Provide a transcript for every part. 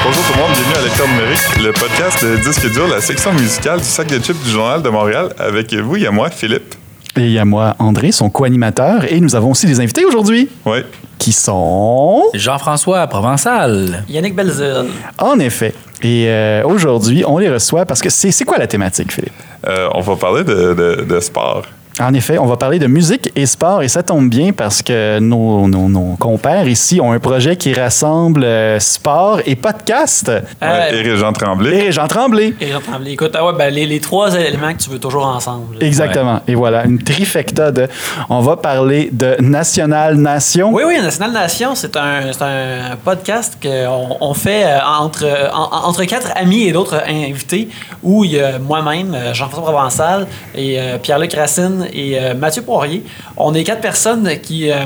bienvenue à Lecteur Numérique, le podcast de Disque Dur, la section musicale du sac de chips du Journal de Montréal. Avec vous, il y a moi, Philippe. Et il y a moi, André, son co-animateur, et nous avons aussi des invités aujourd'hui Oui. qui sont... Jean-François Provençal. Yannick Belzel. En effet. Et euh, aujourd'hui, on les reçoit parce que c'est c'est quoi la thématique, Philippe? Euh, on va parler de, de- de sport. En effet, on va parler de musique et sport et ça tombe bien parce que nos, nos, nos compères ici ont un projet qui rassemble euh, sport et podcast. Ouais, Euh, et Régent Tremblay. Et Jean Tremblay. Éric Tremblay. Écoute, ah ouais, ben, les, les trois éléments que tu veux toujours ensemble. là. Exactement. Et voilà, une trifecta de... On va parler de National Nation. Oui, oui, National Nation, c'est un, c'est un podcast qu'on on fait euh, entre, euh, en- entre quatre amis et d'autres invités, où il y a moi-même, euh, Jean-François Provençal, et euh, Pierre-Luc Racine et euh, Mathieu Poirier. On est quatre personnes qui... euh,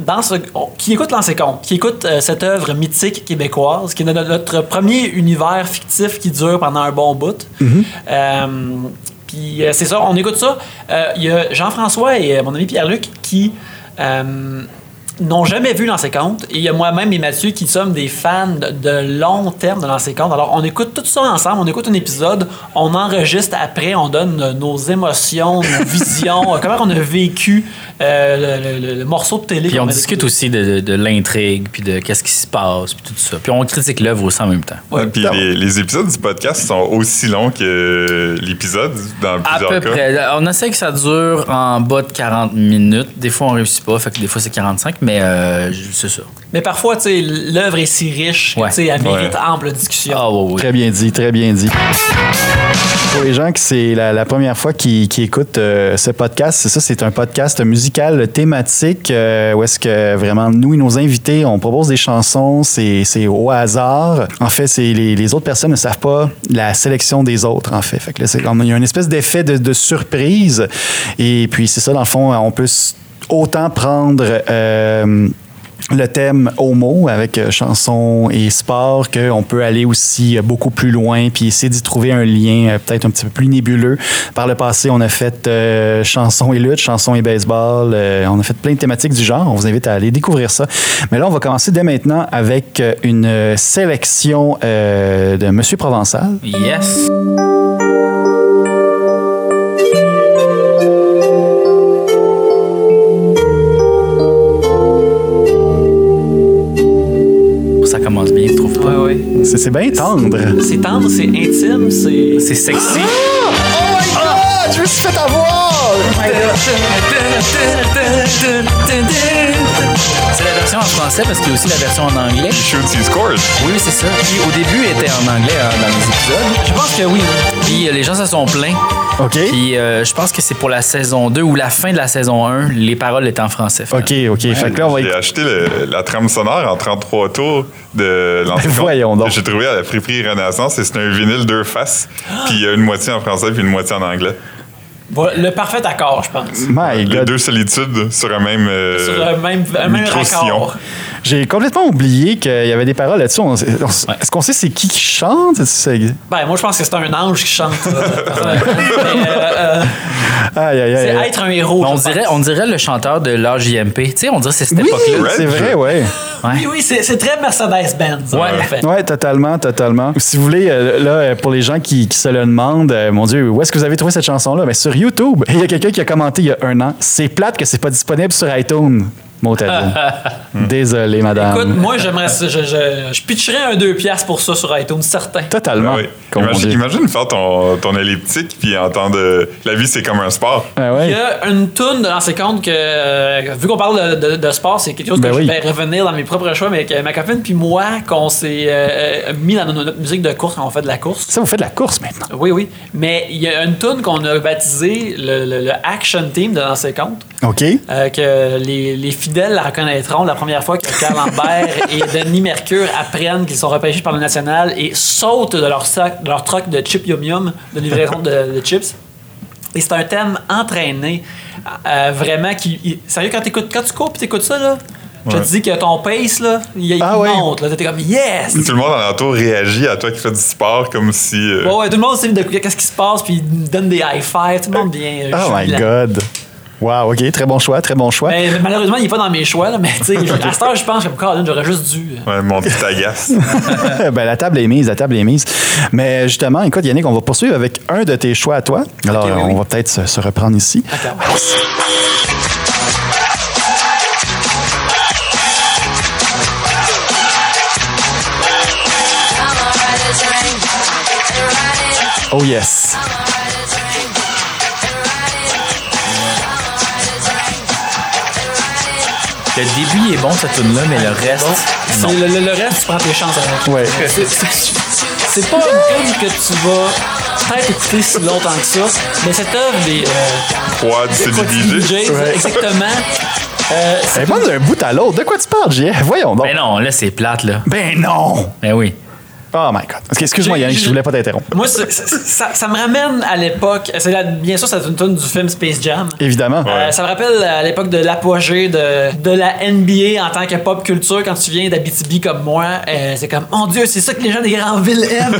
dans ce, on- qui écoutent Lancé Compte, qui écoutent euh, cette œuvre mythique québécoise, qui est notre, notre premier univers fictif qui dure pendant un bon bout. Euh, puis euh, c'est ça, on écoute ça. Euh, Il y a Jean-François et euh, mon ami Pierre-Luc qui euh, n'ont jamais vu Lancer Compte. Et il y a moi-même et Mathieu qui sommes des fans de, de long terme de Lancer Compte. Alors on écoute tout ça ensemble, on écoute un épisode, on enregistre après, on donne euh, nos émotions, nos visions, euh, comment on a vécu euh, le, le- le- le morceau de télé. Puis qu'on on a discute découvert. aussi de, de- de l'intrigue, puis de qu'est-ce qui se passe, puis tout ça. Puis on critique l'œuvre aussi en même temps. Ouais. Puis les, les épisodes du podcast sont aussi longs que l'épisode dans À plusieurs peu cas. près. Euh, On essaie que ça dure en bas de 40 minutes. Des fois, on réussit pas. Fait que des fois, c'est 45, mais euh, j- c'est ça. Mais parfois, tu sais, l'œuvre est si riche, que, Ouais. tu sais, elle mérite Ouais. ample discussion. Ah, ouais, ouais. Très bien dit, très bien dit. Pour les gens que c'est la, la première fois qu'ils qui écoutent euh, ce podcast, c'est ça, c'est un podcast musical thématique euh, où est-ce que vraiment nous et nos invités, on propose des chansons, c'est c'est au hasard. En fait, c'est les, les autres personnes ne savent pas la sélection des autres, en fait. Fait que là, c'est comme- il y a une espèce d'effet de, de surprise. Et puis, c'est ça, dans le fond, on peut s- autant prendre... euh, le thème homo avec euh, chansons et sport, qu'on peut aller aussi euh, beaucoup plus loin, puis essayer d'y trouver un lien euh, peut-être un petit peu plus nébuleux. Par le passé, on a fait euh, chansons et lutte, chansons et baseball, euh, on a fait plein de thématiques du genre, on vous invite à aller découvrir ça. Mais là, on va commencer dès maintenant avec euh, une euh, sélection euh, de Monsieur Provençal. Yes. Ça commence bien, tu trouves pas? Ouais, ouais. C'est c'est bien tendre. C'est tendre, c'est intime, c'est. C'est sexy. Ah, je me suis fait avoir! C'est la version en français parce qu'il y a aussi la version en anglais. Shoot these chords. Oui, c'est ça. Puis au début, elle était en anglais hein, dans les épisodes. Je pense que oui. Puis euh, les gens se sont plaints. OK. Puis euh, je pense que c'est pour la saison 2 ou la fin de la saison 1, les paroles étaient en français. finalement. OK, OK. fait que là, on va J'ai acheté le- la trame sonore en 33 tours de l'ancien. Voyons donc. Que j'ai trouvé à la friperie Renaissance et c'est un vinyle deux faces. Puis il y a une moitié en français puis une moitié en anglais. Voilà, le parfait accord, je pense. My Les God. deux solitudes sur un même. euh, Sur un même, un même micro-sillon. raccord. J'ai complètement oublié qu'il y avait des paroles là-dessus. On- on- Est-ce qu'on sait c'est qui qui chante? C'est- Ben, moi, je pense que c'est un ange qui chante. ça, personnellement. Mais, euh, euh, Aïe, aïe, c'est aïe. aïe. être un héros. On je pense. dirait, on dirait le chanteur de l'AJMP. Tu sais, on dirait que c'est cette Oui, époque-là. c'est vrai, ouais. Oui, oui, c'est c'est très Mercedes-Benz. Ouais. en fait. Ouais, totalement, totalement. Si vous voulez, euh, là, euh, pour les gens qui, qui se le demandent, euh, mon Dieu, où est-ce que vous avez trouvé cette chanson-là? Ben, sur YouTube. Et il y a quelqu'un qui a commenté il y a un an. C'est plate que c'est pas disponible sur iTunes. Mot à vous. Désolé, madame. Écoute, moi, j'aimerais. Je, je, je pitcherais un 2$ piastres pour ça sur iTunes, certain. totalement. Ah oui. Comme on imagine, dit. imagine faire ton, ton elliptique puis entendre euh, la vie c'est comme un sport. Ah ouais. Il y a une toune dans ces comptes que, euh, vu qu'on parle de, de- de sport, c'est quelque chose Ben que oui. je vais revenir dans mes propres choix, mais que ma copine puis moi, qu'on s'est euh, euh, mis dans notre musique de course quand on fait de la course. Ça, vous faites de la course maintenant. Oui, oui. Mais il y a une tune qu'on a baptisée le, le- le Action Team de Lancer Compte, OK. euh, que les, les fidèles la reconnaîtront la première fois que Karl Lambert et Denis Mercure apprennent qu'ils sont repêchés par le National et sautent de leur, sac, de leur truck de Chip Yum Yum, de livraison de, de chips. Et c'est un thème entraîné, euh, vraiment, qui... il- sérieux, quand, t'écoutes- quand tu cours et t'écoutes ça, là, je Ouais. te dis que ton pace, là, il, il Ah ouais. monte. là. T'es comme « Yes! » Tout le monde alentour réagit à toi qui fais du sport comme si. euh, Oh. Ouais, ouais, tout le monde sait de qu'est-ce qui se passe, puis ils me donnent des high five, tout le monde bien. euh, Oh my jubilant. God. Wow, OK, très bon choix, très bon choix. Ben, malheureusement, il n'est pas dans mes choix, là, mais tu sais, à cette heure, je pense que Colin, j'aurais juste dû. euh, Ouais, mon petit agace. ben, la table est mise, la table est mise. Mais justement, écoute, Yannick, on va poursuivre avec un de tes choix à toi. Alors, oui, on oui. va peut-être se, se reprendre ici. D'accord. Oh yes. Le début il est bon, cette tune-là, mais le reste. Bon. Le, le- le reste, tu prends tes chances avec. Ouais. C'est- c'est- C'est pas une œuvre que tu vas peut-être écouter si longtemps que ça, mais cette œuvre des euh, Froid, c'est Quotidien DJ. DJs, Ouais. exactement. Euh, Elle est pas Eh, d'un bout à l'autre. De quoi tu parles, JF? Voyons donc. Mais non, là, c'est plate, là. Ben non! Mais oui. Oh my God. Ok, Excuse-moi, J'ai- Yannick, j'ai- je voulais pas t'interrompre. moi, c'est- c'est- ça, ça me ramène à l'époque. c'est la- Bien sûr, c'est une tonne du film Space Jam. Évidemment. Euh, ça me rappelle à l'époque de l'apogée de, de la NBA en tant que pop culture. Quand tu viens d'Abitibi comme moi, euh, c'est comme, mon Dieu, c'est ça que les gens des grandes villes aiment.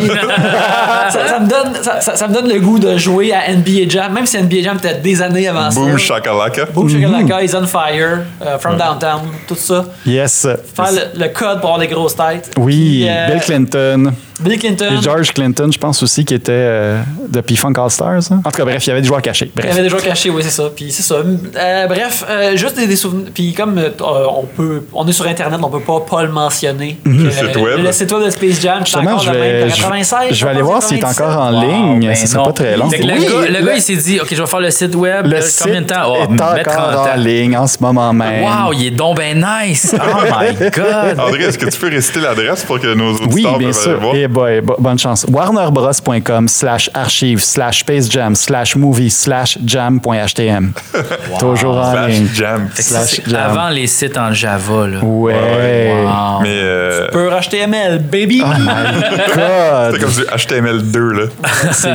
ça, ça me donne, ça, ça- ça me donne le goût de jouer à NBA Jam, même si NBA Jam était des années avant ça. Boom shakalaka. Boom Mhm. Shakalaka, He's on Fire, euh, From Downtown, tout ça. Yes. Faire le, le code pour avoir les grosses têtes. Oui, Puis, euh, Bill Clinton. Bill Clinton. Et George Clinton, je pense aussi, qui était euh, de P-Funk All Stars. hein. En tout cas, bref, il y avait des joueurs cachés. Il y avait Bref. des joueurs cachés, oui, c'est ça. Puis c'est ça. Euh, bref, euh, juste des, des souvenirs. Puis comme euh, on peut, on est sur Internet, on peut pas pas le mentionner. Le Mhm. site web. Le site web de Space Jam, qui est Justement, encore je de même, vais, de 96, je, je vais aller pense, voir s'il est 97. encore en Wow, ligne. ben Ce serait non. pas très long. Fait que le Oui, gars, le le- gars, il s'est dit, OK, je vais faire le site web. le euh, combien de site temps? Oh, est mettre encore en ligne en ce moment même. Wow, il est donc ben nice. Oh my God. André, est-ce que tu peux réciter l'adresse pour que nos auditeurs Oui, bien peuvent aller sûr. voir? Eh boy, bo- bonne chance. warnerbros.com slash archive slash spacejam slash movie slash jam.htm. Toujours en Slash ligne. jam. Fait que Slash c'est jam. Avant les sites en Java, là. Ouais. Wow. Mais euh, Peur HTML, baby. Ah. c'est God, comme du HTML2, là. c'est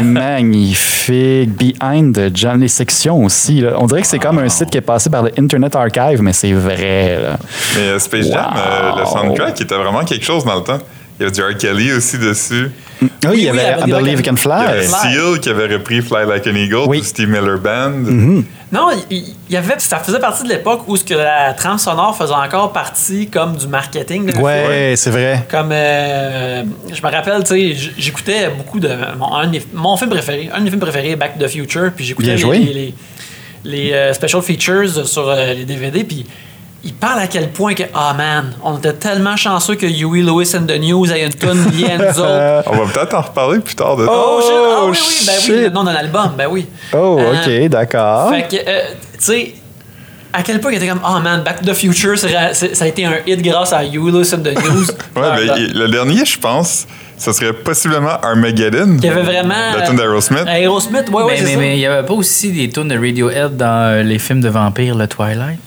magnifique. Behind the jam, les sections aussi. là. On dirait que c'est comme un site qui est passé par le Internet Archive, mais c'est vrai. là. Mais euh, Space Jam, Wow. euh, le soundtrack était vraiment quelque chose dans le temps. Il y avait du R. Kelly aussi dessus. Ah Oui, il y oui, avait I avec des Believe I Can rock'n'roll. Il y Ah, avait Fly. Seal qui avait repris Fly Like an Eagle Oui. Mhm. du Steve Miller Band. non, il- il il y avait, ça faisait partie de l'époque où ce que la trame sonore faisait encore partie comme du marketing. là. Ouais, c'est vrai. Comme euh, je me rappelle, tu sais, j- j'écoutais beaucoup de mon, un de mes- mon film préféré, un de mes films préférés, Back to the Future, puis j'écoutais Bien joué. les, les, les- les, euh, special features sur euh, les DVD, puis il parle à quel point que ah man, on était tellement chanceux que Huey Lewis and the News ait une tune liée à nous autres. On va peut-être en reparler plus tard de Oh, shit! Ah oui, oui, shit. ben oui, le nom d'un album, ben oui. Oh, Euh, OK, Ah. d'accord. Fait que, euh, tu sais, à quel point il était comme, ah man, Back to the Future, c'est ra- c'est- ça a été un hit grâce à Huey Lewis and the News. Ouais, Ah, ben, là. il- le dernier, je pense, ce serait possiblement Armageddon. Il y avait vraiment. euh, La tune d'Aerosmith. Aerosmith, ouais, ouais, mais c'est mais- ça. mais il n'y avait pas aussi des tunes de Radiohead dans euh, les films de vampires, le Twilight?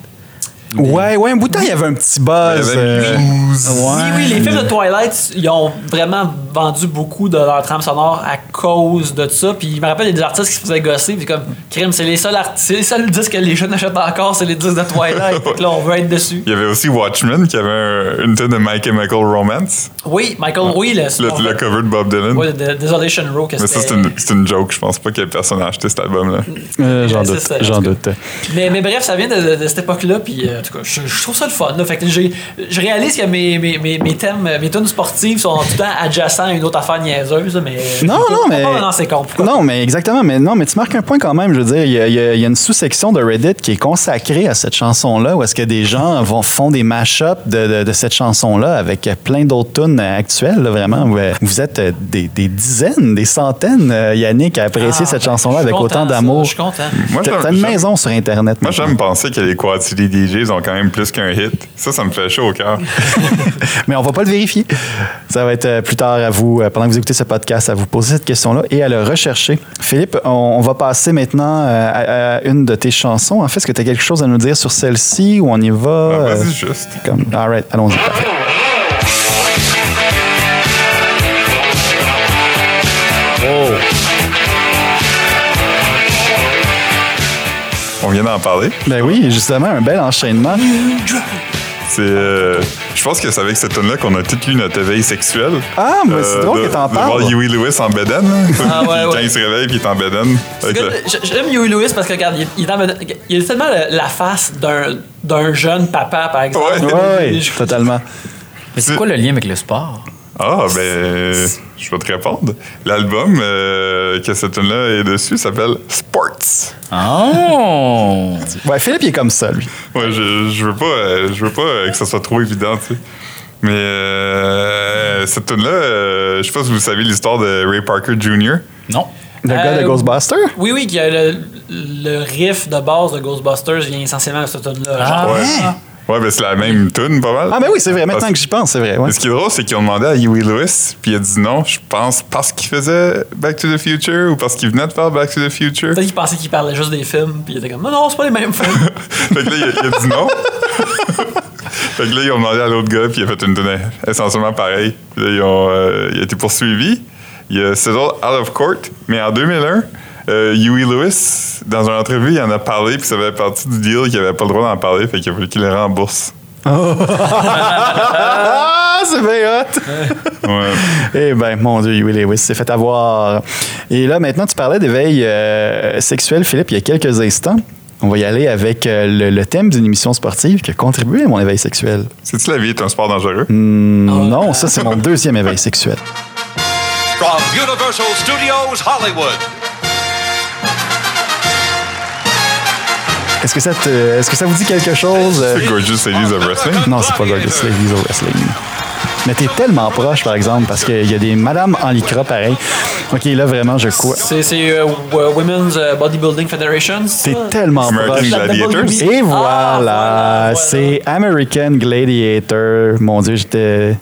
Ouais, ouais, un bout de temps, il y avait un petit Il y buzz. avait euh, Muse. Ouais. Oui, oui, les films de Twilight, ils ont vraiment vendu beaucoup de leur trame sonore à cause de ça. Puis je me rappelle, il y a des artistes qui se faisaient gosser. Puis comme, crime, c'est les seuls artistes, les seuls disques que les jeunes n'achètent pas encore, c'est les disques de Twilight. Fait que là, on veut être dessus. Il y avait aussi Watchmen qui avait un- une tune de My Chemical Romance. Oui, Michael, oui, le. Le, on- le cover de Bob Dylan. ouais, de Desolation Row, que Mais ça, c'est c'était- une, c'est une joke. Je pense pas que personne a acheté cet album-là. euh, J'en C'est doute, ça, j'en en tout doute. Mais, mais bref, ça vient de, de- de cette époque-là, puis euh, en tout cas, je, je trouve ça le fun. là. Fait que j'ai- je réalise que mes, mes, mes, mes thèmes, euh, mes tunes sportives sont tout le temps adjacents à une autre affaire niaiseuse, là, mais... Non, non, mais- Non, c'est con. pourquoi? Non, mais exactement. Mais non, mais tu marques un point quand même. Je veux dire, il y a, il y a- il y a une sous-section de Reddit qui est consacrée à cette chanson-là, où est-ce que des gens vont font des mash-ups de, de- de cette chanson-là avec plein d'autres tunes actuelles. là, vraiment, Ouais. vous êtes euh, des, des dizaines, des centaines, euh, Yannick, à apprécier Ah, cette chanson-là je suis avec content, autant ça, d'amour. Je suis content. Moi, T'as j'aime- t'as une j'aime- maison sur Internet. Moi, maintenant. j'aime penser que les Quad City DJs ont quand même plus qu'un hit. Ça, ça me fait chaud au cœur. Mais on va pas le vérifier. Ça va être euh, plus tard à vous, euh, pendant que vous écoutez ce podcast, à vous poser cette question-là et à le rechercher. Philippe, on, on va passer maintenant euh, à, à une de tes chansons. En fait, est-ce que tu as quelque chose à nous dire sur celle-ci ou on y va? Ah, euh, Vas-y, juste. comme, all right, allons-y. Parfait. On vient d'en parler. Ben oui, justement, un bel enchaînement. C'est euh, Je pense que c'est avec cette tune là qu'on a toute eu notre éveil sexuel. Euh, Ah, mais c'est drôle de- que t'en de voir parles. Huey Lewis en bedaine. Ah, ouais, Puis Quand ouais. il se réveille, puis il est en bedaine. Avec le- J- J'aime Huey Lewis parce que, regarde, il est, il est dans- il est tellement la- la face d'un d'un jeune papa, par exemple. Ouais. Oui, totalement. Mais Euh. c'est quoi le lien avec le sport? Ah, ben, je vais te répondre. L'album euh, que cette tune là est dessus s'appelle Sports. Oh! Ouais, Philippe, il est comme ça, lui. Ouais, je, je veux pas, euh, je veux pas euh, que ça soit trop évident, tu sais. Mais euh, cette tune là, je sais pas si vous savez l'histoire de Ray Parker Jr. non. Le Euh, gars de Ghostbuster? Oui, oui, qu'il y a le, le riff de base de Ghostbusters vient essentiellement de ce tune-là. Ah, genre. Ouais. Ouais, ben c'est la même tune, pas mal. Ah, mais oui, c'est vrai. Maintenant Parce- que j'y pense, c'est vrai. ouais. Mais ce qui est drôle, c'est qu'ils ont demandé à Huey Lewis, puis il a dit non, je pense parce qu'il faisait Back to the Future ou parce qu'il venait de faire Back to the Future. Peut-être qu'il pensait qu'il parlait juste des films, puis il était comme, non, non, c'est pas les mêmes films. fait que là, il a, il a dit non. fait que là, ils ont demandé à l'autre gars, puis il a fait une tune essentiellement pareille. Puis là, ils ont, euh, il a été poursuivi. Il a settled out of court, mais en 2001, euh, Huey Lewis, dans une entrevue, il en a parlé, puis ça avait partie du deal qu'il avait pas le droit d'en parler, fait qu'il a fallu qu'il le rembourse. Ah, c'est bien hot! Ouais. Eh ben, mon Dieu, Huey Lewis s'est fait avoir. Et là, maintenant, tu parlais d'éveil euh, sexuel, Philippe, il y a quelques instants. On va y aller avec euh, le, le thème d'une émission sportive qui a contribué à mon éveil sexuel. Sais-tu la vie est un sport dangereux? Hmm, Ah. non, ça, c'est mon deuxième éveil sexuel. From Universal Studios Hollywood, Est-ce que, ça te- est-ce que ça vous dit quelque chose? euh, C'est Gorgeous Ladies of Wrestling. Non, c'est pas Gorgeous Ladies of Wrestling. Mais t'es tellement proche, par exemple, parce qu'il y a des madames en lycra, pareil. OK, là, vraiment, je quoi? C'est c'est, euh, euh, Women's euh, Bodybuilding Federation. ça? T'es tellement American proche. Gladiators. WWE. Et Ah, voilà, voilà, c'est American Gladiator. Mon Dieu, j'étais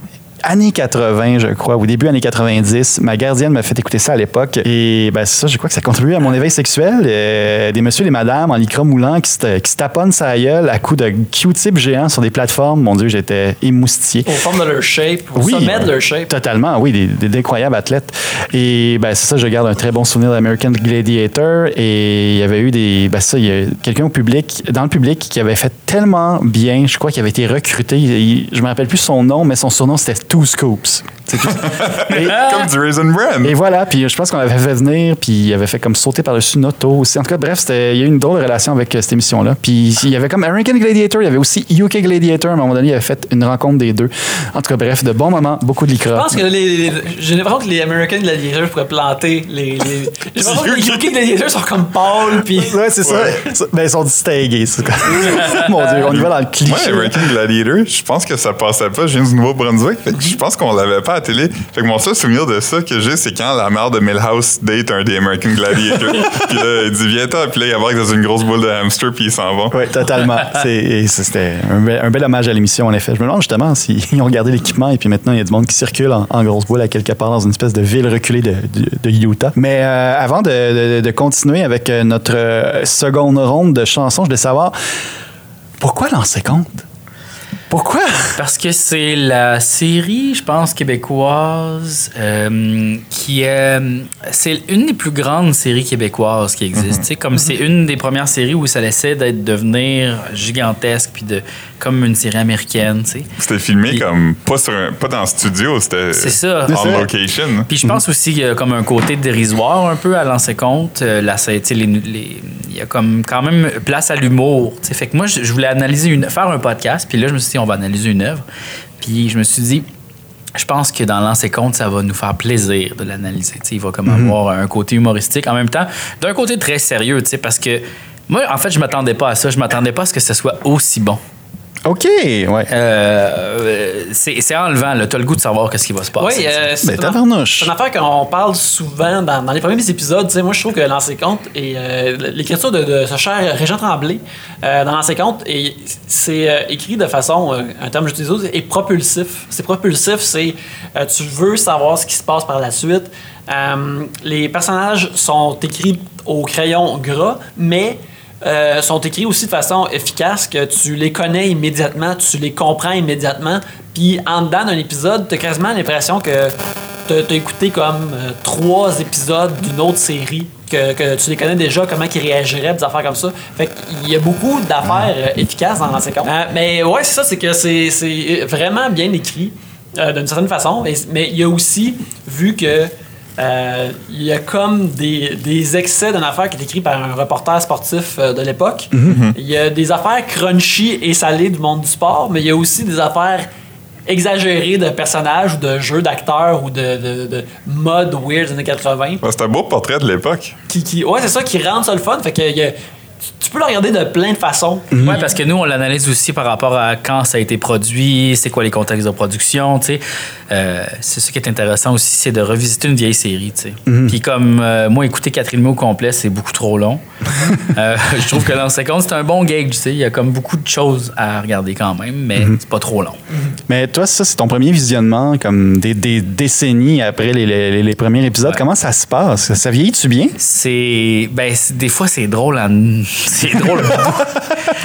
années 80, je crois, ou début années 90. Ma gardienne m'a fait écouter ça à l'époque. Et ben, c'est ça, je crois que ça contribue à mon éveil sexuel. Euh, des messieurs et des madames en lycra moulant qui se, qui se taponnent sa gueule à coups de Q-tip géants sur des plateformes. Mon Dieu, j'étais émoustillé. Aux formes de leur shape, au sommet de leur shape. Totalement, oui, des, des- d'incroyables athlètes. Et ben, c'est ça, je garde un très bon souvenir d'American Gladiator. Et il y avait eu des. Ben, ça, il y a quelqu'un au public, dans le public qui avait fait tellement bien, je crois qu'il avait été recruté. Il- il- je ne me rappelle plus son nom, mais son surnom, c'était Two Scoops. C'est tout. Et- Comme du Raisin Brand. et voilà, puis je pense qu'on l'avait fait venir, puis il avait fait comme sauter par-dessus notre auto aussi. En tout cas, bref, c'était- il y a eu une drôle de relation avec euh, cette émission-là. Puis il y avait comme American Gladiator, il y avait aussi UK Gladiator. À un moment donné, il avait fait une rencontre des deux. En tout cas, bref, de bons moments, beaucoup de Je lycra. pense que les, les- j'ai l'impression que les American Gladiators pourraient planter les. les j'ai l'impression que les UK Gladiators sont comme Paul, puis. Ouais, c'est ça. Ben, ils sont distingués. c'est quoi. Mon Dieu, on y va dans le Ouais, cliché. American Gladiator, je pense que ça passait pas. Je viens du Nouveau-Brunswick, fait que je pense qu'on l'avait pas à la télé. Fait que mon seul souvenir de ça que j'ai, c'est quand la mère de Milhouse date un des American Gladiators. puis là, il dit viens-t'en, puis là, il embarque dans une grosse boule de hamster, puis ils s'en vont. Oui, totalement. C'est- et c'est- C'était un, bel- un bel hommage à l'émission, en effet. Je me demande justement s'ils ont gardé l'équipement et puis maintenant, il y a du monde qui circule en, en grosse boule à quelque part dans une espèce de ville reculée de, de- de Utah. Mais euh, avant de, de- de continuer avec euh, notre euh, seconde ronde de chansons, je voulais savoir pourquoi lancer compte? Pourquoi? Parce que c'est la série, je pense, québécoise, euh, qui est. C'est une des plus grandes séries québécoises qui existe. Tu sais, Comme c'est une des premières séries où ça laissait d'être devenir gigantesque, puis de, comme une série américaine, tu sais. C'était filmé Puis- comme pas, sur un- pas dans le studio, c'était C'est ça. Mais en c'est vrai. location. Puis je pense aussi qu'il y a comme un côté dérisoire un peu à lancer compte. Euh, la, c'est- tu sais, les- les- il y a comme quand même place à l'humour. tu sais. Fait que moi, je, je voulais analyser une, faire un podcast. Puis là, je me suis dit, on va analyser une œuvre. Puis je me suis dit, je pense que dans lancer compte, ça va nous faire plaisir de l'analyser. tu sais. Il va comme Mhm. avoir un côté humoristique. En même temps, d'un côté très sérieux, tu sais, parce que moi, en fait, je m'attendais pas à ça. Je m'attendais pas à ce que ce soit aussi bon. OK, ouais. Euh, c'est c'est enlevant. Tu as le goût de savoir qu'est-ce qui va se passer. Oui, tu sais. euh, Ben, c'est une, tabarnouche. c'est une affaire qu'on parle souvent dans, dans les premiers épisodes. Tu sais, Moi, je trouve que Lancer Compte et euh, l'écriture de, de ce cher Régent Tremblay euh, dans Lancer Compte, et c'est euh, écrit de façon, euh, un terme que j'utilise, est propulsif. C'est propulsif, c'est euh, tu veux savoir ce qui se passe par la suite. Euh, les personnages sont écrits au crayon gras, mais euh, sont écrits aussi de façon efficace que tu les connais immédiatement, tu les comprends immédiatement. Puis en dedans d'un épisode, t'as quasiment l'impression que t'as t'as écouté comme euh, trois épisodes d'une autre série que, que tu les connais déjà, comment ils réagiraient, des affaires comme ça. Fait qu'il y a beaucoup d'affaires euh, efficaces dans l'ancien compte. Euh, mais ouais, c'est ça, c'est que c'est- c'est vraiment bien écrit euh, d'une certaine façon. Et- mais il y a aussi, vu que euh, il y a comme des, des excès d'une affaire qui est écrite par un reporter sportif euh, de l'époque. Il y a des affaires crunchy et salées du monde du sport, mais il y a aussi des affaires exagérées de personnages ou de jeux d'acteurs ou de, de, de mode weird des années 80 Ouais, c'est un beau portrait de l'époque. qui, qui- ouais c'est ça qui rend ça le fun fait que il y a- tu- tu peux le regarder de plein de façons Ouais, parce que nous, on l'analyse aussi par rapport à quand ça a été produit, c'est quoi les contextes de production, tu sais. Euh, c'est ce qui est intéressant aussi, c'est de revisiter une vieille série, tu sais. Puis comme euh, moi, écouter Catherine Moore au complet, c'est beaucoup trop long. Euh, je trouve que dans 50, c'est un bon gag, tu sais. Il y a comme beaucoup de choses à regarder quand même, mais c'est pas trop long. Mais toi, ça, c'est ton premier visionnement, comme des, des décennies après les, les- les premiers épisodes. Comment ça se passe? Ça vieillit-tu bien? C'est. Ben, c'est- des fois, c'est drôle en. C'est drôle.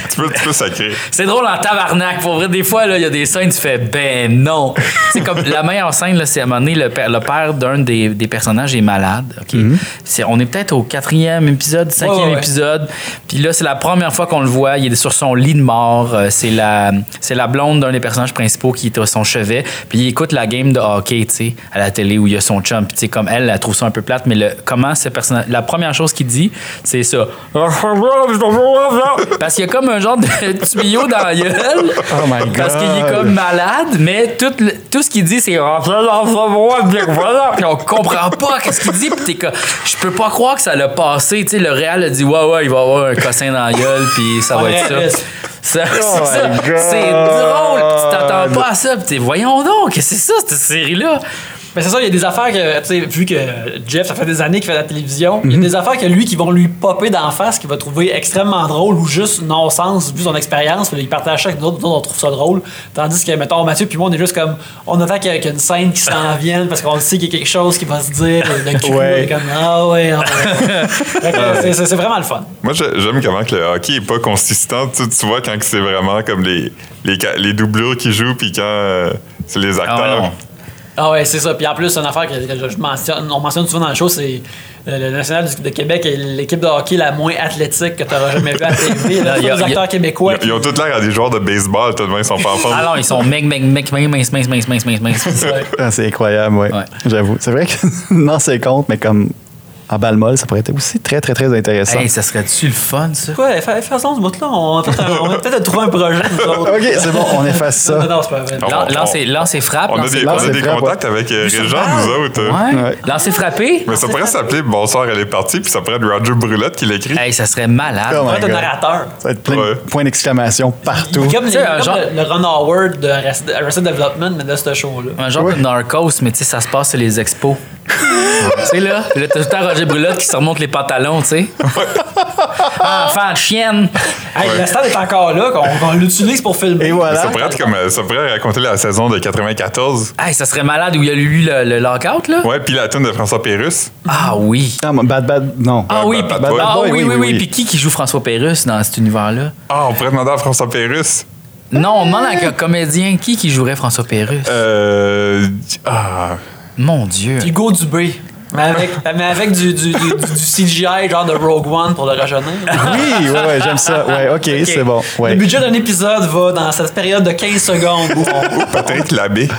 Tu peux, tu peux sacrer. C'est drôle en tabarnak. Pour vrai, des fois, là, il y a des scènes, tu fais ben non. C'est comme la meilleure scène, là, c'est à un moment donné, le père, le père d'un des, des personnages est malade. ok? C'est- on est peut-être au quatrième épisode, cinquième ouais, ouais. épisode. Puis là, c'est la première fois qu'on le voit. Il est sur son lit de mort. Euh, C'est la, c'est la blonde d'un des personnages principaux qui est à son chevet. Puis il écoute la game de hockey, tu sais, à la télé où il y a son chum. Puis tu sais, comme elle, elle trouve ça un peu plate. Mais le, comment ce personnage. La première chose qu'il dit, c'est ça. Parce qu'il y a comme un genre de tuyau dans la gueule. Oh my Parce qu'il est God. comme malade, mais tout, le- tout ce qu'il dit, c'est. Puis on comprend pas qu'est-ce qu'il dit. Puis t'es comme. Je peux pas croire que ça l'a passé. Tu sais, le Real a dit Ouais, ouais, il va avoir un cossin dans la gueule, puis ça va Ouais, être ça. yes. Ça- c'est Oh ça. my God. C'est drôle, puis tu t'attends pas à ça. Puis t'es, voyons donc, qu'est-ce que c'est ça, cette série-là? mais c'est ça il y a des affaires que tu sais vu que Jeff ça fait des années qu'il fait de la télévision il y a des affaires que lui qui vont lui popper d'en face qu'il va trouver extrêmement drôle ou juste non sens vu son expérience Fait là, il partage ça avec nous autres, nous autres, on trouve ça drôle tandis que mettons Mathieu puis moi on est juste comme on attend qu'il y ait qu'il y ait une scène qui s'en vienne parce qu'on sait qu'il y a quelque chose qui va se dire de cul, Ouais. on est comme ah ouais, ah ouais. Fait que, c'est- c'est c'est vraiment le fun Moi, je- j'aime comment que le hockey est pas consistant. Tu, tu vois, quand que c'est vraiment comme les, les, ca- les doublures qui jouent, puis quand euh, c'est les Ah ouais, non. acteurs. Ah ouais, c'est ça. Puis en plus, une affaire que, que je mentionne, on mentionne souvent dans le show, c'est euh, le National du- de Québec est l'équipe de hockey la moins athlétique que tu auras jamais vue à la TV. Non, Là, tous y a- les y a- acteurs québécois. ils, ils ont toutes l'air à des joueurs de baseball, tellement ils sont pas en forme. Alors, ils sont mec, mec, mec, mec, mince, mince, mince, mince, mince, mince. Ah, c'est incroyable, ouais. Ouais. J'avoue. C'est vrai que non, c'est compte, mais comme en balmol, ça pourrait être aussi très, très, très intéressant. Hey, ça serait-tu le fun, ça? Quoi, fa- faisons ce bout-là. On va peut-être on va peut-être trouver un projet, nous autres. OK, c'est bon, on efface Non, ça. non, c'est pas vrai. Non. Lan- on- Lancez lancez frappe. On a lancez des, on là, a c'est des vrai, contacts avec euh, Régent, nous autres. euh. Ouais. Ouais. Lancer frappé? Mais ça pourrait s'appeler Bonsoir, elle est partie, puis ça pourrait être Roger Brulette qui l'écrit. Hey, ça serait malade. Comment? On va être un Oh my God. narrateur. Ça va être plein de Ouais. points d'exclamation Il partout. est Comme, les- Tu sais, un comme genre- le, le Ron Howard de Arrested Arrested Development, mais de ce show-là. Un genre Ouais. de narcos, mais tu sais, ça se passe sur les expos. tu sais, là, là, t'as tout le temps Roger Brulotte qui se remonte les pantalons, tu sais. Enfant, de chienne. Hey, Ouais. Le stand est encore là, qu'on qu'on l'utilise pour filmer. Et Mais voilà. Ça pourrait, être comme, euh, ça pourrait raconter la saison de 94. Hey, ça serait malade où il y a eu le, le lockout, là. Ouais, puis la tune de François Pérus. Ah oui. Non, mais bad, bad, non. Ah oui, Bad puis- Boy. ah, oui, oui, oui, oui. Puis qui qui joue François Pérus dans cet univers-là? Ah, on pourrait demander à François Pérus. Non, on demande à un comédien qui qui jouerait François Pérus. Euh. Ah. Mon Dieu. Hugo Dubé. Mais avec, mais avec du, du, du, du CGI, genre de Rogue One pour le rajeunir. Oui, ouais, ouais, j'aime ça. Ouais, OK, c'est bon. Ouais. Le budget d'un épisode va dans cette période de 15 secondes. où on- Patrick Labbé.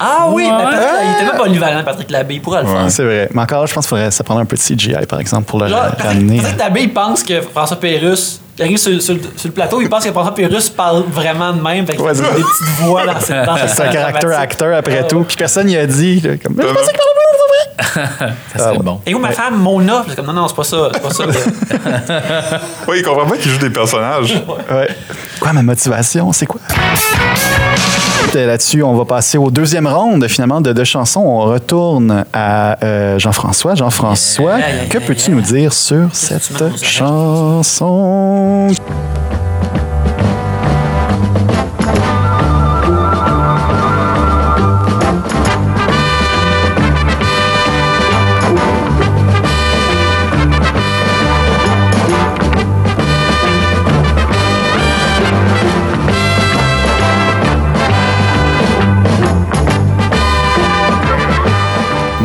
Ah oui, Ouais. mais Hein? Patrick- il était même polyvalent, Patrick Labbé, il pourrait le faire. Ouais. C'est vrai. Mais encore, je pense qu'il faudrait ça prendre un peu de CGI, par exemple, pour le Là, ra- Patrick, ramener. Patrick Labbé, il pense que François Pérus, il arrive sur, sur le- sur le plateau, il pense que François Pérus parle vraiment de même, fait qu'il Ouais, fait c'est- des petites voix dans cette dans cette C'est un caractère dramatique. acteur après Ah, tout. ouais. Puis personne n'y a dit. là, comme, Mais je pensais que t'en avais Ça serait Ah, ouais. bon. Et où ma femme, Mona? Puis c'est comme, non, non, c'est pas ça, c'est pas ça. Oui, il comprend pas qu'il joue des personnages. Ouais. Quoi, ma motivation, c'est quoi? Et Là-dessus, on va passer au deuxième round finalement de deux chansons. On retourne à euh, Jean-François. Jean-François, Yeah, yeah, que yeah, peux-tu yeah. nous dire sur que tu mets dans nos cette oreilles? chanson?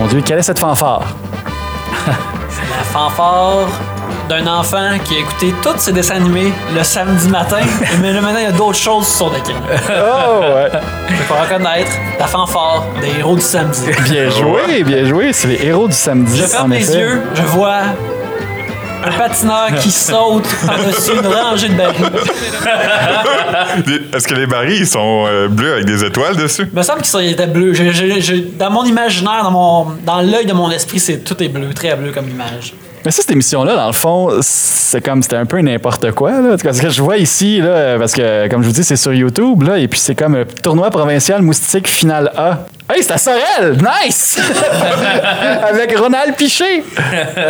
Dieu, quelle est cette fanfare? La fanfare d'un enfant qui a écouté tous ses dessins animés le samedi matin, mais le matin, il y a d'autres choses sur son écran. Oh, ouais. Il faut reconnaître la fanfare des héros du samedi. Bien joué, bien joué. C'est les héros du samedi. Je ferme en les effet. yeux, je vois un patineur qui saute par-dessus une rangée de barils. Est-ce que les barils ils sont euh, bleus avec des étoiles dessus? Il me semble qu'ils étaient bleus. Je- je- je- dans mon imaginaire, dans, mon, dans l'œil de mon esprit, c'est tout est bleu, très bleu comme image. Mais ça, cette émission-là, dans le fond, c'est comme c'était un peu n'importe quoi. Là. En tout cas, Ce que je vois ici, là, parce que, comme je vous dis, c'est sur YouTube, là, et puis c'est comme euh, tournoi provincial moustique finale A. Hey, c'est à Sorel! Nice! Avec Ronald Piché!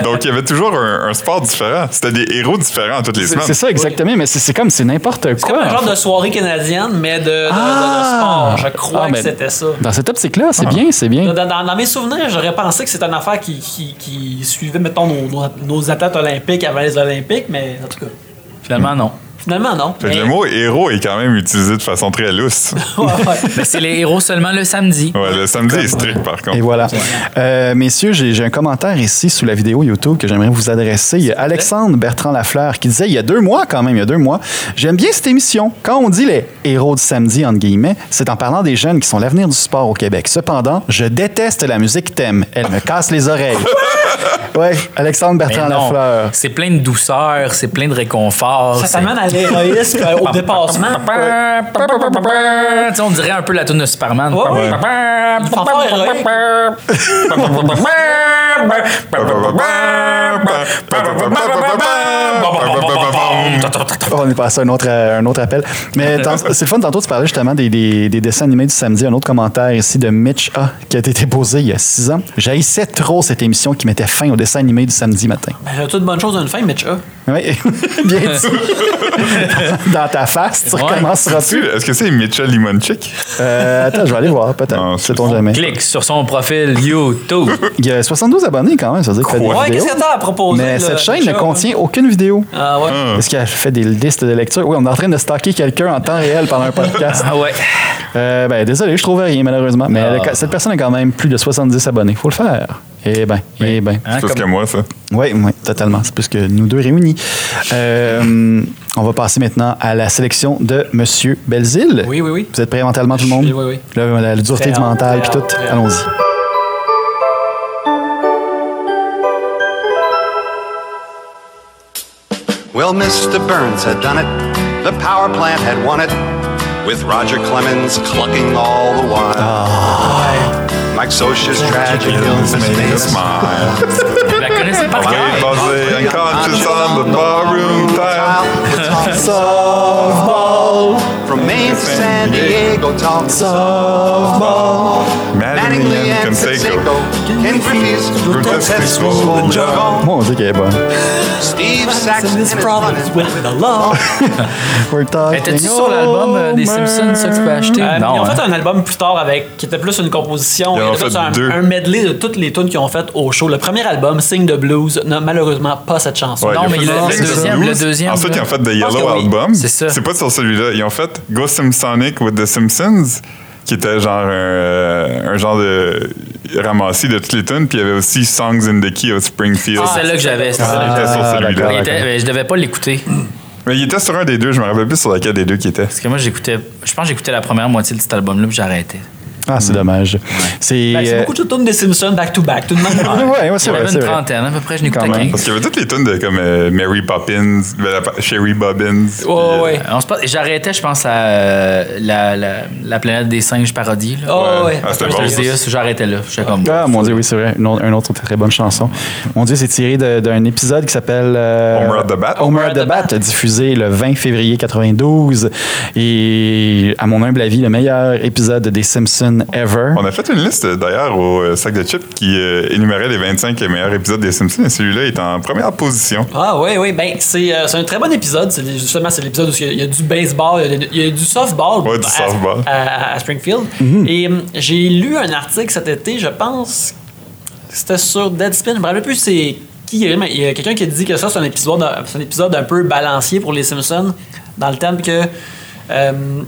Donc, il y avait toujours un, un sport différent. C'était des héros différents toutes les C'est semaines. c'est ça, exactement, mais c'est c'est comme, c'est n'importe C'est comme quoi. un en genre fait. de soirée canadienne, mais de, de- de- de Ah! sport. Je crois Ah, que mais- c'était ça. Dans cette optique-là, c'est bien, c'est bien. Dans, dans- dans mes souvenirs, j'aurais pensé que c'était une affaire qui, qui- qui suivait, mettons, nos, nos- nos athlètes olympiques avant les Olympiques, mais en tout cas, Finalement, non. finalement, non. Fait que Mais- le mot héros est quand même utilisé de façon très lousse. Ouais, ouais. Mais c'est les héros seulement le samedi. Ouais, le samedi est strict, par contre. Et voilà. Euh, messieurs, j'ai j'ai un commentaire ici sous la vidéo YouTube que j'aimerais vous adresser. Il y a Alexandre Bertrand Lafleur qui disait il y a deux mois, quand même, il y a deux mois, j'aime bien cette émission. Quand on dit les héros du samedi, entre guillemets, c'est en parlant des jeunes qui sont l'avenir du sport au Québec. Cependant, je déteste la musique thème. Elle me casse les oreilles. ouais, Alexandre Mais Bertrand non. Lafleur. C'est plein de douceur, c'est plein de réconfort. Ça c'est- t'amène à l'héroïsme, euh, au dépassement. Tu sais, on dirait un peu la tune de Superman. Ouais, ouais. Une fanfare héroïque. Oh, on est passé à un autre, à un autre appel. Mais tant- c'est le fun, tantôt, tu parlais justement des, des- des dessins animés du samedi. Un autre commentaire ici de Mitch A qui a été déposé il y a six ans. J'haïssais trop cette émission qui mettait fin aux dessins animés du samedi matin. Ben, j'ai toute bonne chose d'une fin, Mitch. ah. Oui, bien dit. Dans ta face, tu Ouais. recommenceras Tu- plus. Est-ce que c'est Mitchell Limonchik? Euh, attends, je vais aller voir, peut-être. Non, c'est Sait-on bon. jamais. Clique sur son profil YouTube. Il y a 72 abonnés quand même, ça veut dire qu'il fait des Ouais, vidéos. qu'est-ce que t'as à proposer? Mais là, cette chaîne Mitch, ne ah? contient aucune vidéo. Ah Hum. ouais. Est-ce qu'elle fait des listes de lecture? Oui, on est en train de stocker quelqu'un en temps réel pendant un podcast. Ah ouais. Euh, ben, désolé, je trouve rien, malheureusement. Mais elle a- cette personne a quand même plus de 70 abonnés. Faut le faire. Eh ben, eh ben. Hein, C'est plus comme- que moi, ça. Oui, oui, totalement. C'est plus que nous deux réunis. Euh, on va passer maintenant à la sélection de Monsieur Belzile. Oui, oui, oui. Vous êtes prêts mentalement, tout le monde? Oui, oui, oui. Là, la dureté du Prêt, mental, puis prêt, tout. prêt. Allons-y. Well, Mr. Burns had done it. The power plant had won it. With Roger Clemens clucking all the while. Ah. Mike Sosha's tragic illness made us Smile. Vous la connaissez par Great cœur. buzzing, unconscious on the barroom tile. It's all From Maine to San Diego, talk softball. Manning Mattingly and and Conseco. Conseco, Ken Griffey's Grotesque. grotesque juggle, Moi, on dit qu'elle est bonne. Steve Saxon And and his this problem is with the law. We're talking Étais-tu sur l'album euh, des Homer. Simpsons, ça que tu peux acheter? Euh, ils non. ont fait hein? un album plus tard avec qui était plus une composition. Ils en et ont de fait fait un, deux. un medley de toutes les tunes qu'ils ont faites au show. Le premier album, Signe de blues, n'a malheureusement pas cette chanson. Ouais, Non, ils ont mais fait Rolling le- le deuxième, Stones. le deuxième, Ensuite, là. ils ont fait The Je pense Yellow que oui. Album. C'est ça. C'est pas sur celui-là. Ils ont fait Go Simpsonic with the Simpsons, qui était genre un, euh, un genre de ramassis de toutes les tunes. Puis il y avait aussi Songs in the Key of Springfield. C'est celle-là que j'avais. c'est Il celle-là que était sur Ah, celui-là. d'accord. j'avais. Il était- mais Je devais pas l'écouter. Mais il était sur un des deux. Je me rappelle plus sur lequel des deux qui était. Parce que moi, j'écoutais. Je pense que j'écoutais la première moitié de cet album-là, puis j'ai arrêté. Ah, c'est dommage. C'est. Ben, C'est euh, beaucoup de tunes des Simpsons back-to-back. Tout de même. ouais, ouais, c'est vrai. J'avais c'est une vrai. trentaine, à peu près, je Quand n'écoutais même. qu'un. Parce qu'il y avait toutes les tunes de comme euh, Mary Poppins, ben, la pa- Sherry Bobbins. puis, euh, ouais, ouais. On se passe- J'arrêtais, je pense, à euh, la, la, la planète des singes parodie. Là. Oh, ouais. Ah, c'était Mr. bon. Zeus, j'arrêtais là. J'étais comme. Ah, mon Dieu, oui, c'est vrai. Une autre, une autre très bonne chanson. Mon Dieu, c'est tiré de- d'un épisode qui s'appelle euh, Homer at the Bat. Homer at the Bat, diffusé le 20 février 92. Et à mon humble avis, le meilleur épisode des Simpsons ever. On a fait une liste d'ailleurs au euh, sac de chips qui euh, énumérait les 25 meilleurs épisodes des Simpsons et celui-là est en première position. Ah oui, oui, ben c'est euh, c'est un très bon épisode. C'est les- justement, c'est l'épisode où il y a- il y, a du baseball, il y a- il y, a du softball, Ouais, du à- softball. Mm-hmm. À, à Springfield. Et hum, j'ai lu un article cet été, je pense, c'était sur Deadspin, je me rappelle plus c'est qui, mais il y a quelqu'un qui a dit que ça, c'est un épisode, c'est un épisode un peu balancier pour les Simpsons, dans le thème que... hum,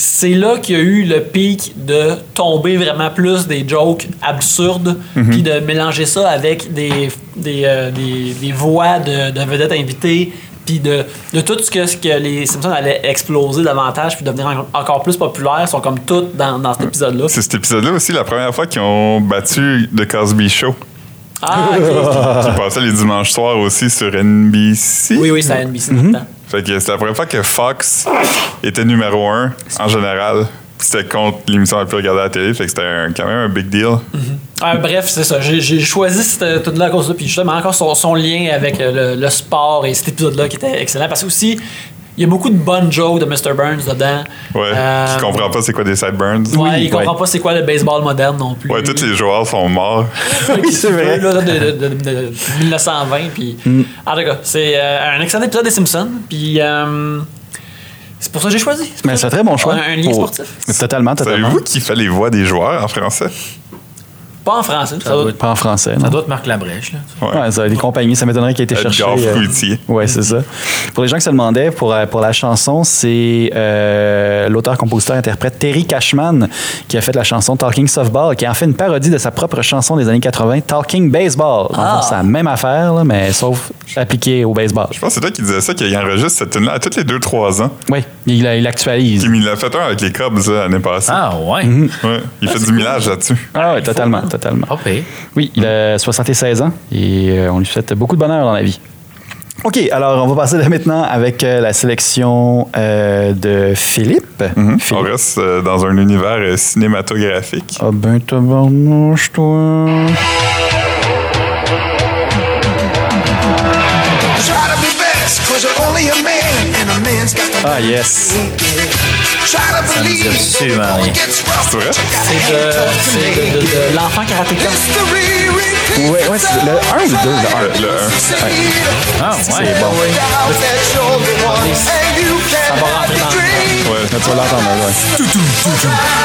c'est là qu'il y a eu le pic de tomber vraiment plus des jokes absurdes, puis de mélanger ça avec des, des, euh, des- des voix de, de vedettes invitées, puis de, de tout ce que, ce que les Simpsons allaient exploser davantage, puis devenir en- encore plus populaires, sont comme toutes dans, dans cet épisode-là. C'est cet épisode-là aussi la première fois qu'ils ont battu The Cosby Show. Ah, ok. Qui passait les dimanches soirs aussi sur NBC. oui, oui, c'est à NBC dans le temps. Fait que c'est la première fois que Fox était numéro un en général. Puis C'était contre l'émission la plus regardée à la télé, fait que c'était un- quand même un big deal. Ah, bref, c'est ça. J'ai- J'ai choisi cette toute là à cause de ça. Puis justement, encore son, son lien avec euh, le, le sport et cet épisode-là qui était excellent. Parce que aussi, il y a beaucoup de bonnes jokes de Mr. Burns dedans. Ouais. Euh, Qui comprend pas c'est quoi des sideburns. Ouais, Oui, il comprend ouais. pas c'est quoi le baseball moderne non plus. Ouais, tous les joueurs sont morts. Oui, c'est vrai. Mm. Là, de, de- de- de 1920. Puis, En tout cas, c'est euh, un excellent épisode des Simpsons. Puis euh, c'est pour ça que j'ai choisi. Mais Ben, c'est un très bon choix. Un- un lien sportif. Totalement, totalement. Savez-vous qui fait les voix des joueurs en français? Pas en français. Ça, doit- Pas en français, non? Ça doit être Marc Labrèche. Là. Ouais, ça, les compagnies, ça m'étonnerait qu'il ait été Edgar cherché. euh, Fruitier. ouais, c'est ça. Pour les gens qui se demandaient, pour, euh, pour la chanson, c'est euh, l'auteur-compositeur-interprète Terry Cashman qui a fait la chanson Talking Softball, qui en fait une parodie de sa propre chanson des années 80, Talking Baseball. Dans le fond, Ah. C'est la même affaire, là, mais sauf appliquée au baseball. Je pense que c'est toi qui disais ça, qu'il enregistre cette tune-là à tous les 2-3 ans. Oui, il la- il l'actualise. Puis il l'a fait un avec les Cubs là, l'année passée. Ah, ouais. Mm-hmm. Ouais, il fait du millage là-dessus. Ah oui, totalement, totalement. Pas pire. Oui, il a 76 ans et euh, on lui souhaite beaucoup de bonheur dans la vie. OK, alors on va passer là maintenant avec euh, la sélection euh, de Philippe. On Philippe. reste euh, dans un univers euh, cinématographique. Ah ben tabarnouche, toi. Try to be best, cause you're only a man, and a man's got to Ah yes. try to believe. absolument rien. C'est vrai? c'est de, euh, c'est de- de- de l'enfant karatéka. History Ouais, ouais, c'est le 1 ou le Le, 2? Le 1. le un. Ah, ouais. bon. Ça va rentrer dans le- Ah. Ouais. Tu vas l'entendre, ouais.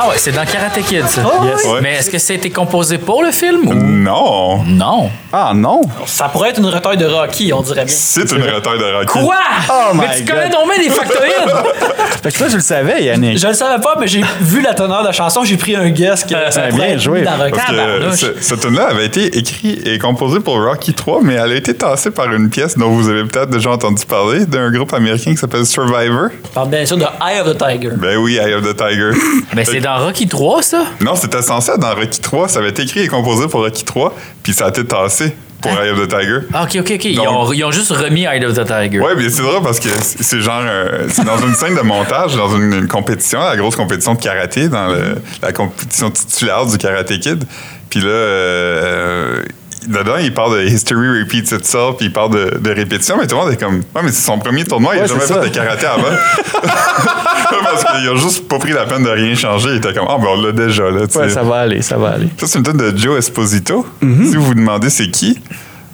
Ah, ouais, c'est dans Karate Kid, ça. Yes. oui. Mais est-ce que ça a été composé pour le film Mm-hmm. ou. Non! Non. Ah non! Ça pourrait être une retaille de Rocky, on dirait bien. C'est une retarde de Rocky. Quoi? Oh mais my tu God. connais donc bien des factoïdes! Fait que toi, je le savais, Yannick. Je le savais pas, mais j'ai vu la teneur de la chanson, j'ai pris un guess que ça bien pourrait être joué. mis dans Rocky. Parce que euh, Tabarnouche. ce, cette tune-là avait été écrite et composée pour Rocky 3, mais elle a été tassée par une pièce dont vous avez peut-être déjà entendu parler, d'un groupe américain qui s'appelle Survivor. Je parle bien sûr de Eye of the Tiger. Ben oui, Eye of the Tiger. Euh, Mais c'est dans Rocky 3, ça? Non, c'était censé être dans Rocky 3. Ça avait été écrit et composé pour Rocky 3, puis ça a été tassé pour Eye of the Tiger. Ah, ok, ok, ok. Ils, Donc- ont, ils ont juste remis Eye of the Tiger. Ouais, mais c'est drôle parce que c'est c'est genre euh, c'est dans une scène de montage, dans une, une compétition, la grosse compétition de karaté, dans le- la compétition titulaire du Karate Kid. Puis là, euh, dedans, il parle de History Repeats Itself, puis il parle de, de répétition, mais tout le monde est comme, ouais, mais c'est son premier tournoi, il a Ouais, jamais c'est fait ça. de karaté avant. parce qu'il a juste pas pris la peine de rien changer, il était comme, ah, ben on l'a déjà, là, tu Ouais, sais. ça va aller, ça va aller. Ça, c'est une tune de Joe Esposito. Mhm. Si vous vous demandez c'est qui,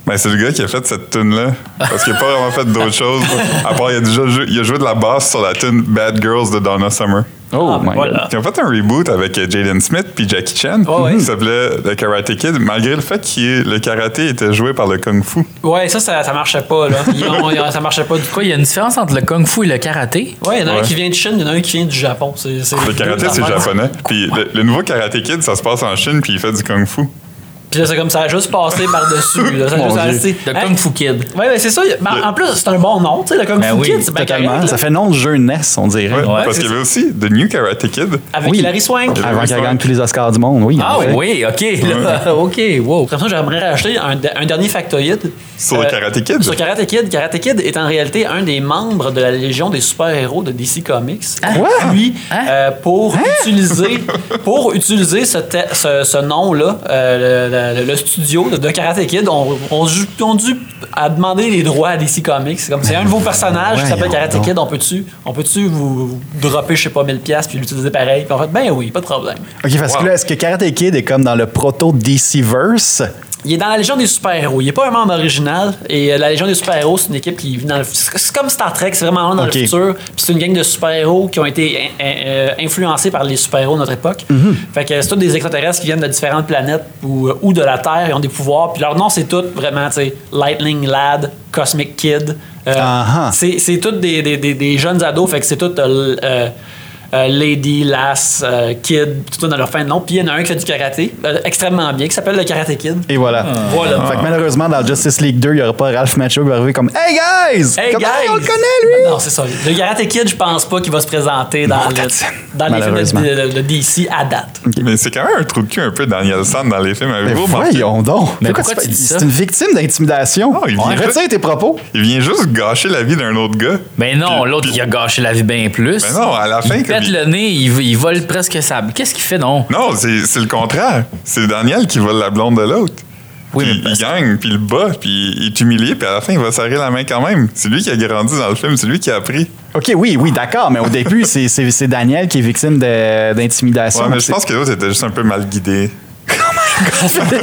ben, c'est le gars qui a fait cette tune-là. Parce qu'il n'a pas vraiment fait d'autre chose. À part, il a, déjà joué, il a joué de la basse sur la tune Bad Girls de Donna Summer. Oh Ah, ben my voilà. God. Ils ont fait un reboot avec euh, Jaden Smith puis Jackie Chan. ouais. Il s'appelait The Karate Kid, malgré le fait que le karaté était joué par le Kung Fu. Ouais, ça, ça, ça marchait pas, là. Ils ont- ils ont- ça marchait pas du tout. Quoi, il y a une différence entre le Kung Fu et le karaté? Ouais, il y en a un Ouais. qui vient de Chine, il y en a un qui vient du Japon. C'est, c'est Le karaté, deux c'est affaires. japonais. Puis le, le nouveau Karate Kid, ça se passe en Chine puis il fait du Kung Fu. Puis là, c'est comme ça a juste passé par-dessus. Là. Ça a Oh Mon juste Dieu. resté. Le Hein? Kung Fu Kid. Ouais, mais c'est ça. Mais en- en plus, c'est un bon nom, tu sais, le Kung Ben Fu oui, Kid, c'est bien Totalement. correct, Ça là. fait nom de jeune naissance, on dirait. Ouais, parce c'est qu'il y avait aussi The New Karate Kid. Avec Oui. Hilary Swank. Ah, Avant oui, qu'elle ça. gagne tous les Oscars du monde, oui. Ah en fait. oui, ok. là. ok, wow. Comme ça, j'aimerais racheter un, un dernier factoïde. euh, Sur le Karate Kid? Sur Karate Kid. Karate Kid est en réalité un des membres de la Légion des super-héros de DC Comics. Puis, Hein? euh, pour, utiliser, pour utiliser ce, te- ce, ce nom-là, euh, le, le- le studio de, de Karate Kid, on, on, ju- on dû à demander les droits à DC Comics. C'est Comme c'est un de vos personnages qui s'appelle Voyons Karate donc. Kid, on peut-tu on peut vous, vous dropper, je sais pas, 1000$ piastres puis l'utiliser pareil? Puis en fait, ben oui, pas de problème. OK, parce que là, est-ce que Karate Kid est comme dans le proto-DC-verse? Il est dans la Légion des super-héros. Il n'est pas un membre original. Et euh, la Légion des super-héros, c'est une équipe qui vit dans le... C'est c'est comme Star Trek, c'est vraiment loin dans Ok. le futur. Puis c'est une gang de super-héros qui ont été in- in- euh, influencés par les super-héros de notre époque. Mhm. Fait que c'est tous des extraterrestres qui viennent de euh, différentes planètes ou, ou de la Terre. Ils ont des pouvoirs. Puis leur nom, c'est tout vraiment, tu sais, Lightning Lad, Cosmic Kid. Euh, Ah-ha. C'est c'est toutes des, des- des- des jeunes ados, fait que c'est toutes euh, euh, euh, Lady, Lass, euh, Kid, tout ça dans leur fin de nom. Puis il y en a un qui fait du karaté, euh, extrêmement bien, qui s'appelle le Karate Kid. Et voilà. Voilà. Fait que malheureusement, dans Justice League 2, il n'y aura pas Ralph Macho qui va arriver comme Hey guys! Hey Comme, guys! Hey, on le connaît lui! Non, c'est ça. Le Karate Kid, je pense pas qu'il va se présenter dans, le, dans les Malheureusement. films de, de- de DC à date. Mais c'est quand même un trou de cul un peu Danielson dans les films. Mais Avez-vous remarqué? voyons donc! Mais Pourquoi pourquoi tu tu fais- dis ça? C'est une victime d'intimidation. Oh, il On vient retire juste- tes propos. Il vient juste gâcher la vie d'un autre gars. Ben non, Puis- l'autre, puis- il a gâché la vie bien plus. Ben non, à la fin, Il comme pète il- le nez, il, il vole presque sa. Qu'est-ce qu'il fait, non? Non, c'est c'est le contraire. C'est Daniel qui vole la blonde de l'autre. Oui, Puis mais il parce- gagne, puis il le bat, puis il est humilié, puis à la fin, il va serrer la main quand même. C'est lui qui a grandi dans le film, c'est lui qui a appris. OK, oui, oui, d'accord, mais au début, c'est- c'est c'est Daniel qui est victime de- d'intimidation. Ouais, mais je C'est- pense que l'autre était juste un peu mal guidé. Philippe,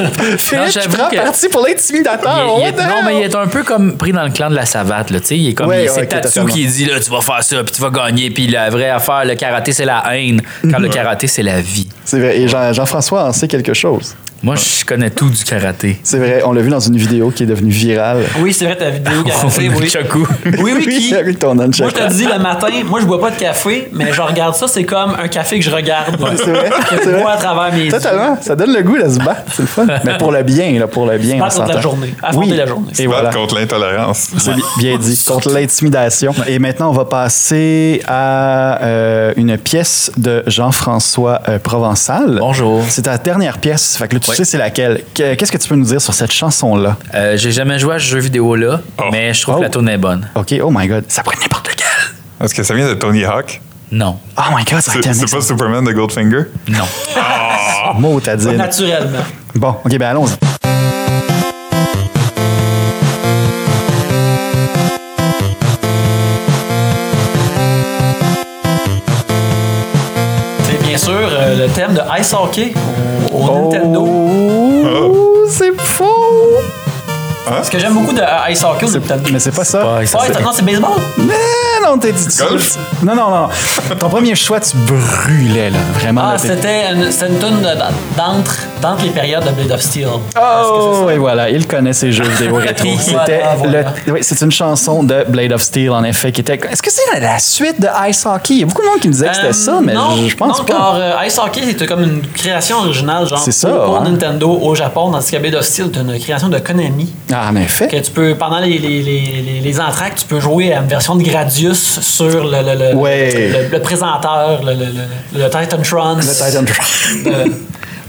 Non, tu j'avoue prends que- parti pour l'intimidateur. Il- il est- What the non, hell? mais il est un peu comme pris dans le clan de la savate, là, tu sais. Il est comme, Ouais, il- ouais, c'est ok, Tatsu totalement. qui dit, là, tu vas faire ça, puis tu vas gagner, puis la vraie affaire, le karaté, c'est la haine, quand le karaté, c'est la vie. C'est vrai, et Jean- Jean-François en sait quelque chose. Moi, je connais tout du karaté. C'est vrai, on l'a vu dans une vidéo qui est devenue virale. Oui, c'est vrai, ta vidéo karaté, Le oui. Chaku. Oui, oui, qui... avec ton Moi, je nunchaku. te dis, le matin, moi, je bois pas de café, mais je regarde ça, c'est comme un café que je regarde. C'est vrai, Que c'est je vrai. bois à travers mes yeux. Totalement, ça donne le goût de se battre, c'est le fun. Mais pour le bien, là, pour le bien, Battre on s'entend. contre la journée, affronter la journée. Et Battre voilà. contre l'intolérance. C'est bi- bien dit, contre l'intimidation. Et maintenant, on va passer à euh, une pièce de Jean-François euh, Provençal. Bonjour. C'est ta dernière pièce, fait que là, tu Oui. sais c'est laquelle. Que- Qu'est-ce que tu peux nous dire sur cette chanson-là? Euh, J'ai jamais joué à ce jeu vidéo-là, Oh. mais je trouve Oh. que la tournée est bonne. OK, oh my God, ça pourrait être n'importe lequel. Est-ce que ça vient de Tony Hawk? Non. Oh my God, ça C'est aurait été un c'est excellent pas Superman de Goldfinger? Non. mot, t'as dit. Naturellement. Bon, OK, ben allons-y. C'est bien sûr euh, le thème de Ice Hockey au, au Nintendo. Oh, c'est faux! Ce que j'aime beaucoup de euh, Ice Hockey au Nintendo. Mais c'est pas ça. Ouais, ça, Ouais, c'est- t'as- non, c'est baseball. Mais non, t'es dit Golf? Non, non, non. Ton premier choix, tu brûlais, là. Vraiment. Ah, là, t'es- c'était une, c'était une toune de- d'entre, d'entre les périodes de Blade of Steel. Oh, et voilà, il connaît ses jeux vidéo rétro. Voilà, C'était voilà. le- oui, c'est une chanson de Blade of Steel, en effet, qui était. Est-ce que c'est la, la suite de Ice Hockey? Il y a beaucoup de monde qui me disait que c'était Euh, ça, mais non, je, je pense non, pas. car euh, Ice Hockey, c'était comme une création originale, genre C'est ça, pour, pour hein. Nintendo au Japon, dans ce Blade of Steel, t'as une création de Konami. Ah, en effet. Que tu peux, pendant les, les, les, les- les entractes, tu peux jouer à une version de Gradius sur le, le, le, Ouais. le, le présentateur, le, le, le, le Titantron. Le Titan Drum. de,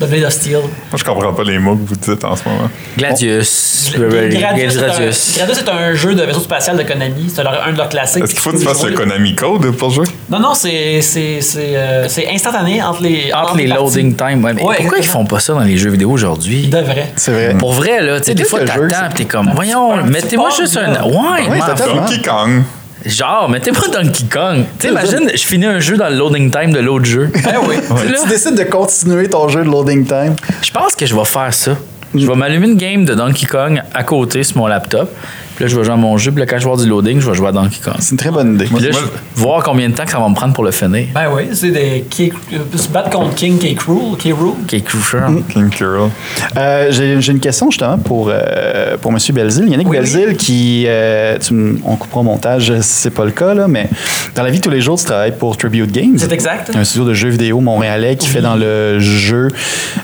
de Blade of Steel. Moi, je comprends pas les mots que vous dites en ce moment. Gladius. Gradius, c'est un- Gladius. Gradius est un jeu de vaisseau spatial de Konami. C'est leur- un de leurs classiques. Est-ce qu'il faut que tu fasses le Konami Code pour jouer? Non, non, c'est c'est- c'est, euh, c'est instantané entre les Entre les parties. loading time. Ouais, mais Ouais, pourquoi ils exactement. font pas ça dans les jeux vidéo aujourd'hui? De vrai. C'est vrai. Pour vrai, là, tu sais, des quelques fois, jeux, t'attends ça. pis t'es comme, voyons, mettez-moi sport, juste un. là. Ouais, Ouais, m'en c'est fous. tellement- Donkey Kong. genre, mettez-moi Donkey Kong. Tu sais, imagine, je finis un jeu dans le loading time de l'autre jeu. Ben Ah oui. Tu sais, là, Tu décides de continuer ton jeu de loading time. je pense que je vais faire ça. Je vais m'allumer une game de Donkey Kong à côté sur mon laptop. Puis là, je vais jouer à mon jeu. Puis là, quand je vais avoir du loading, je vais jouer à Donkey Kong. C'est une très bonne idée. Puis là, Moi- je vais voir combien de temps que ça va me prendre pour le finir. Ben oui, c'est des. Qui est- euh, se battre contre King K. Rool. K. Rool. Qui est crucial. King Curl. Euh, J'ai j'ai une question justement pour, euh, pour M. Belzil. Yannick Belzil, qui. euh, tu m- on coupera au montage si c'est pas le cas, là, mais dans la vie de tous les jours, tu travailles pour Tribute Games. C'est exact. Un studio de jeux vidéo montréalais qui fait dans le jeu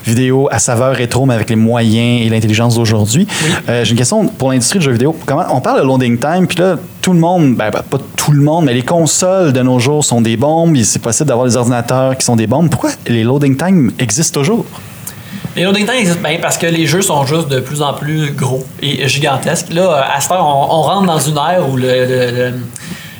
vidéo à saveur rétro, mais avec les moyens et l'intelligence d'aujourd'hui. Euh, J'ai une question pour l'industrie du jeu vidéo. Comment, on parle de loading time, puis là, tout le monde, ben, ben, pas tout le monde, mais les consoles de nos jours sont des bombes. et C'est possible d'avoir des ordinateurs qui sont des bombes. Pourquoi les loading time existent toujours? Les loading time existent bien ben, parce que les jeux sont juste de plus en plus gros et gigantesques. Là, euh, à cette heure, on, on rentre dans une ère où le, le- le-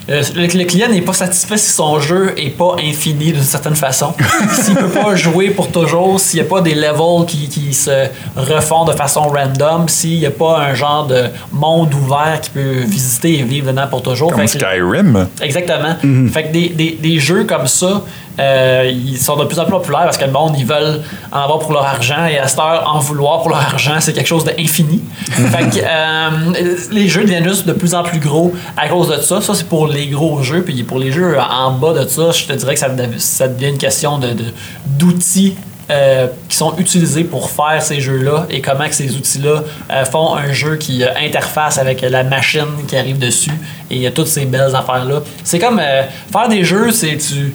le- le- le client n'est pas satisfait si son jeu est pas infini d'une certaine façon. S'il peut pas jouer pour toujours, s'il n'y a pas des levels qui, qui se refont de façon random, s'il n'y a pas un genre de monde ouvert qu'il peut visiter et vivre dedans pour toujours. Comme Fait que- Skyrim. Exactement. Fait que des, des- des jeux comme ça, euh, ils sont de plus en plus populaires parce que le monde, ils veulent en avoir pour leur argent et à cette heure, en vouloir pour leur argent, c'est quelque chose d'infini. fait que euh, les jeux deviennent juste de plus en plus gros à cause de ça. Ça, c'est pour les gros jeux. Puis pour les jeux en bas de ça, je te dirais que ça, dev- ça devient une question de- de- d'outils euh, qui sont utilisés pour faire ces jeux-là et comment que ces outils-là euh, font un jeu qui euh, interface avec la machine qui arrive dessus et il y a toutes ces belles affaires-là. C'est comme euh, faire des jeux, c'est tu.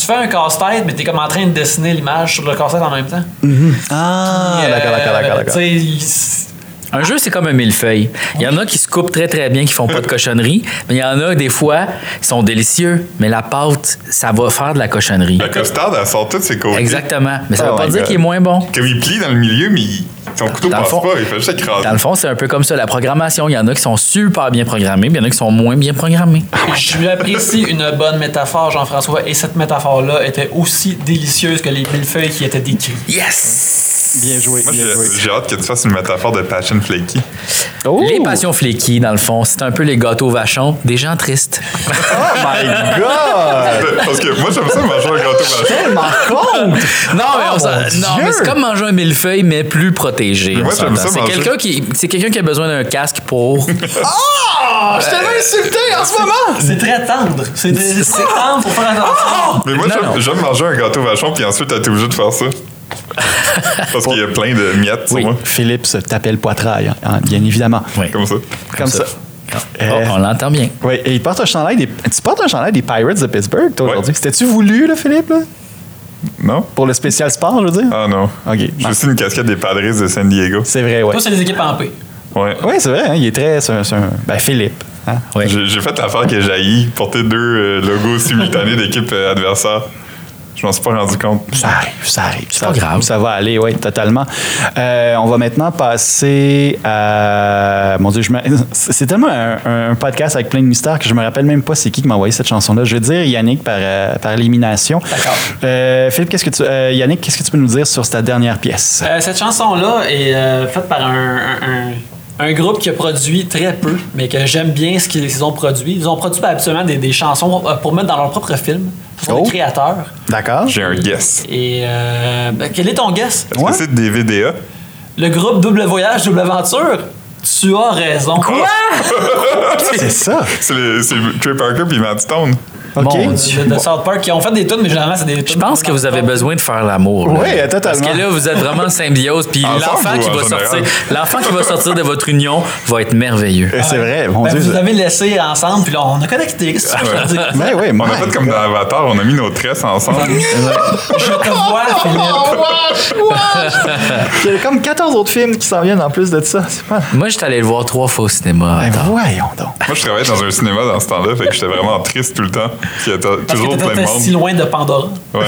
Tu fais un casse-tête, mais t'es comme en train de dessiner l'image sur le casse-tête en même temps. Ah, Euh, d'accord, d'accord, d'accord, d'accord. tu sais, il- Un jeu, c'est comme un millefeuille. Il y en a qui se coupent très, très bien, qui font pas de cochonnerie. Mais il y en a, des fois, qui sont délicieux. Mais la pâte, ça va faire de la cochonnerie. La costarde, elle sort toutes ses côtés. Exactement. Mais ça Oh veut pas my dire God. qu'il est moins bon. Comme il plie dans le milieu, mais il- son couteau Dans le passe fond- pas, il fait juste écraser. Dans le fond, c'est un peu comme ça, la programmation. Il y en a qui sont super bien programmés, puis il y en a qui sont moins bien programmés. Je lui apprécie une bonne métaphore, Jean-François, et cette métaphore-là était aussi délicieuse que les millefeuilles qui étaient décrits. Yes! Bien joué, Moi, bien j'ai- joué. j'ai hâte que tu fasses une métaphore de Passion Flaky. Oh! Les passions fléquies, dans le fond, c'est un peu les gâteaux vachons, des gens tristes. Oh my Ah. God! Parce que moi, j'aime ça manger un gâteau vachon. Tellement con! Non, mais, on mon s'en- non, Dieu! mais c'est comme manger un millefeuille, mais plus protégé. Moi, on j'aime s'entend. ça, C'est manger. quelqu'un qui, c'est quelqu'un qui a besoin d'un casque pour. Ah, je t'avais insulté en ce moment! C'est très tendre. C'est des- c'est Ah! tendre pour faire attention. Mais moi, Non, non. j'aime- j'aime manger un gâteau vachon, puis ensuite, t'es obligé de faire ça. Parce qu'il y a plein de miettes sur Oui, moi. Philippe se tapait le poitrail, hein, hein, bien évidemment. Oui. Comme ça. Comme ça. Oh, Euh, on l'entend bien. Oui, et il porte un chandail des, tu portes un chandail des Pirates de Pittsburgh, toi, Ouais. aujourd'hui. C'était-tu voulu, là, Philippe, là, Non? pour le spécial sport, je veux dire? Ah non. OK. J'ai aussi une casquette des Padres de San Diego. C'est vrai, ouais. Toi, c'est les équipes en paix. Ouais. Oh. Oui, c'est vrai, hein, il est très. c'est un- c'est un- ben, Philippe. hein. Oui. J'ai j'ai fait l'affaire que j'ai porter deux euh, logos simultanés d'équipe euh, adversaire. Je m'en suis pas rendu compte. Ça arrive, ça arrive. C'est pas grave. Ça va aller, oui, totalement. Euh, on va maintenant passer à. Mon Dieu, je me- c'est tellement un, un podcast avec plein de mystères que je me rappelle même pas c'est qui qui m'a envoyé cette chanson-là. Je vais dire Yannick par, euh, par élimination. D'accord. Euh, Philippe, qu'est-ce que tu, euh, Yannick, qu'est-ce que tu peux nous dire sur ta dernière pièce? Euh, cette chanson-là est euh, faite par un, un- un- un groupe qui a produit très peu, mais que j'aime bien ce qu'ils ont produit. Ils ont produit ben, habituellement des, des chansons euh, pour mettre dans leur propre film. Ce sont Oh. des créateurs. D'accord? J'ai un guess. Et euh, ben, quel est ton guess? Est-ce Ouais. que c'est des VDA? Le groupe Double Voyage, Double Aventure? Tu as raison. Oh, Quoi? C'est ça. C'est le- c'est Trey Parker puis Matt Stone. OK. Mon de, de South Park qui ont fait des tunes, mais généralement c'est des Je pense que vous avez besoin de faire l'amour. là. Oui, totalement. Parce que là, vous êtes vraiment en symbiose, puis Ensemble l'enfant ou qui en va général? sortir, l'enfant qui va sortir de votre union va être merveilleux. Et C'est vrai, mon Ben, Dieu. vous avez laissé ensemble, puis là, on a connecté. Qu'est-ce que je veux dire? Mais Ben oui, On mon a fait comme dans Avatar, on a mis nos tresses ensemble. Je te vois, Philippe. Il y a comme 14 autres films qui s'en viennent en plus de ça. C'est pas... Moi, j'étais allé le voir trois fois au cinéma. Ben, Attends. voyons donc. Moi, je travaillais dans un cinéma dans ce temps-là, fait que j'étais vraiment triste tout le temps. Puis il y a t- Parce que toujours plein de t'étais si monde. loin de Pandora. Ouais.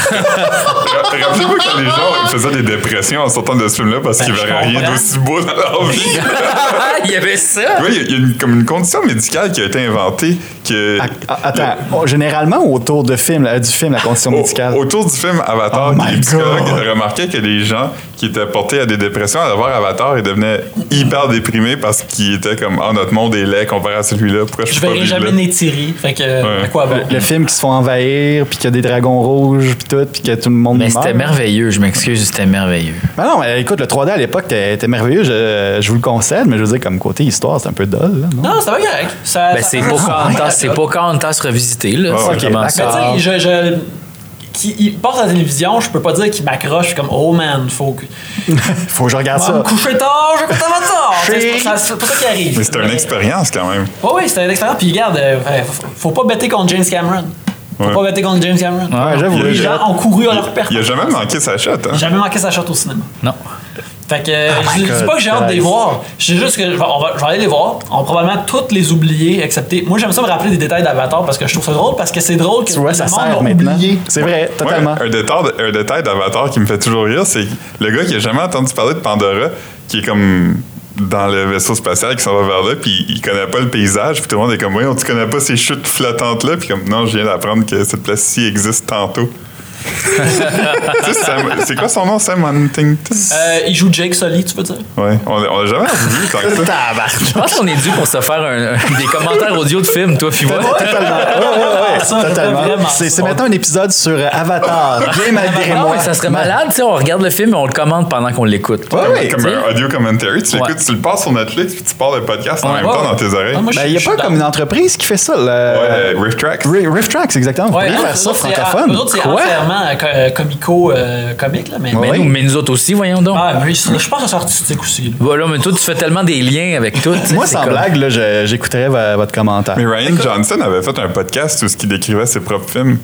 Ra- Euh, Rappelez-vous quand les gens ils faisaient des dépressions en sortant de ce film-là parce qu'ils Ben, je verraient rien comprends. d'aussi beau dans leur vie. Ah, il y avait ça! Tu vois, Il y a- il y a une- comme une condition médicale qui a été inventée que. Ah, Attends, oh, généralement autour de film, là, du film, la condition Au- médicale. autour du film Avatar, Oh my les psychologues God. remarquaient que les gens qui étaient portés à des dépressions à voir Avatar, ils devenaient hyper déprimés parce qu'ils étaient comme Ah, notre monde est laid comparé à celui-là. Pourquoi je Je suis pas verrai vivre jamais là? Nétiri. Fait que, Ouais. à quoi bon? Le film qui se font envahir, puis qu'il y a des dragons rouges, puis tout, puis que tout le monde Mais meurt. c'était merveilleux, je m'excuse, c'était merveilleux. Ben non, mais écoute, le 3D à l'époque était était merveilleux, je, je vous le concède, mais je veux dire, comme côté histoire, c'est un peu dull. là, non? Non, c'est pas correct. Ça, Ben, ça- c'est ça- Pocahontas, c'est Pocahontas revisité, là. Ah, c'est ok, vraiment d'accord. ça. Mais tu sais, je. je qui, il passe à la télévision, je peux pas dire qu'il m'accroche, je suis comme oh man, faut que. Faut que je regarde Va me ça. coucher tard, je vais écouter Avatar. Tu sais, C'est pas ça- c'est pas ça qui arrive. Mais c'est une expérience quand même. Ouais, ouais, c'était une expérience. Puis regarde, euh, faut- faut pas bêter contre James Cameron. Faut Ouais. pas bêter contre James Cameron. Ouais, j'avoue. Les gens ont couru à leur perte. Il a jamais manqué sa shot. Hein? J'ai jamais manqué sa shot au cinéma. Non. Fait que euh, Oh my je dis God, pas que j'ai hâte de les guys. voir. Je sais juste que je vais, on va- je vais aller les voir. On va probablement toutes les oublier, excepté. Moi, j'aime ça me rappeler des détails d'Avatar parce que je trouve ça drôle parce que c'est drôle que Tu vois, ça le monde sert l'a maintenant. oublié. C'est vrai, totalement. Ouais, un, détail, de- un détail d'Avatar qui me fait toujours rire, c'est le gars qui a jamais entendu parler de Pandora, qui est comme dans le vaisseau spatial qui s'en va vers là, puis il connaît pas le paysage, puis tout le monde est comme, oui, on tu connais pas ces chutes flottantes là, puis comme, non, je viens d'apprendre que cette place-ci existe tantôt. Tu sais, Sam- c'est quoi son nom, Sam Huntington? Euh, il joue Jake Sully, tu veux dire? Ouais, on l'a on l'a jamais vu tant que ça. Je pense qu'on est dû pour se faire un- un- des commentaires audio de films, toi, puis moi. Totalement. Ouais, ouais, ouais, Ça, j'aimerais totalement. vraiment C'est c'est ça. Ah, maintenant un épisode sur euh, Avatar, bien malgré Non, moi. Ah, Ben, mais ça serait malade, tu sais, on regarde le film et on le commande pendant qu'on l'écoute. Ah Ouais, ouais. Comme un audio commentary, tu l'écoutes, Ouais. tu le passes sur Netflix, puis tu pars le podcast en Ouais, même ouais, temps ouais. dans tes oreilles. Ah, moi, je- Ben, il n'y je a suis pas comme une dans- entreprise qui fait ça. ouais, là. euh, Riff Track. Ri- Rift Tracks, exactement. Vous Ouais, hein, ah, pourriez eux faire ça autres, c'est- francophone. eux autres, c'est Quoi? entièrement vraiment euh, comico-comique, là, mais. Mais, Ouais. nous, mais nous autres aussi, voyons donc. Ah, mais je pense que c'est artistique aussi. là. Voilà, Bah, mais toi, tu fais tellement des liens avec tout. tu sais, Moi, c'est sans comme- blague, là, je- j'écouterais vo- votre commentaire. Mais Ryan Johnson avait fait un podcast où ce qu'il décrivait ses propres films.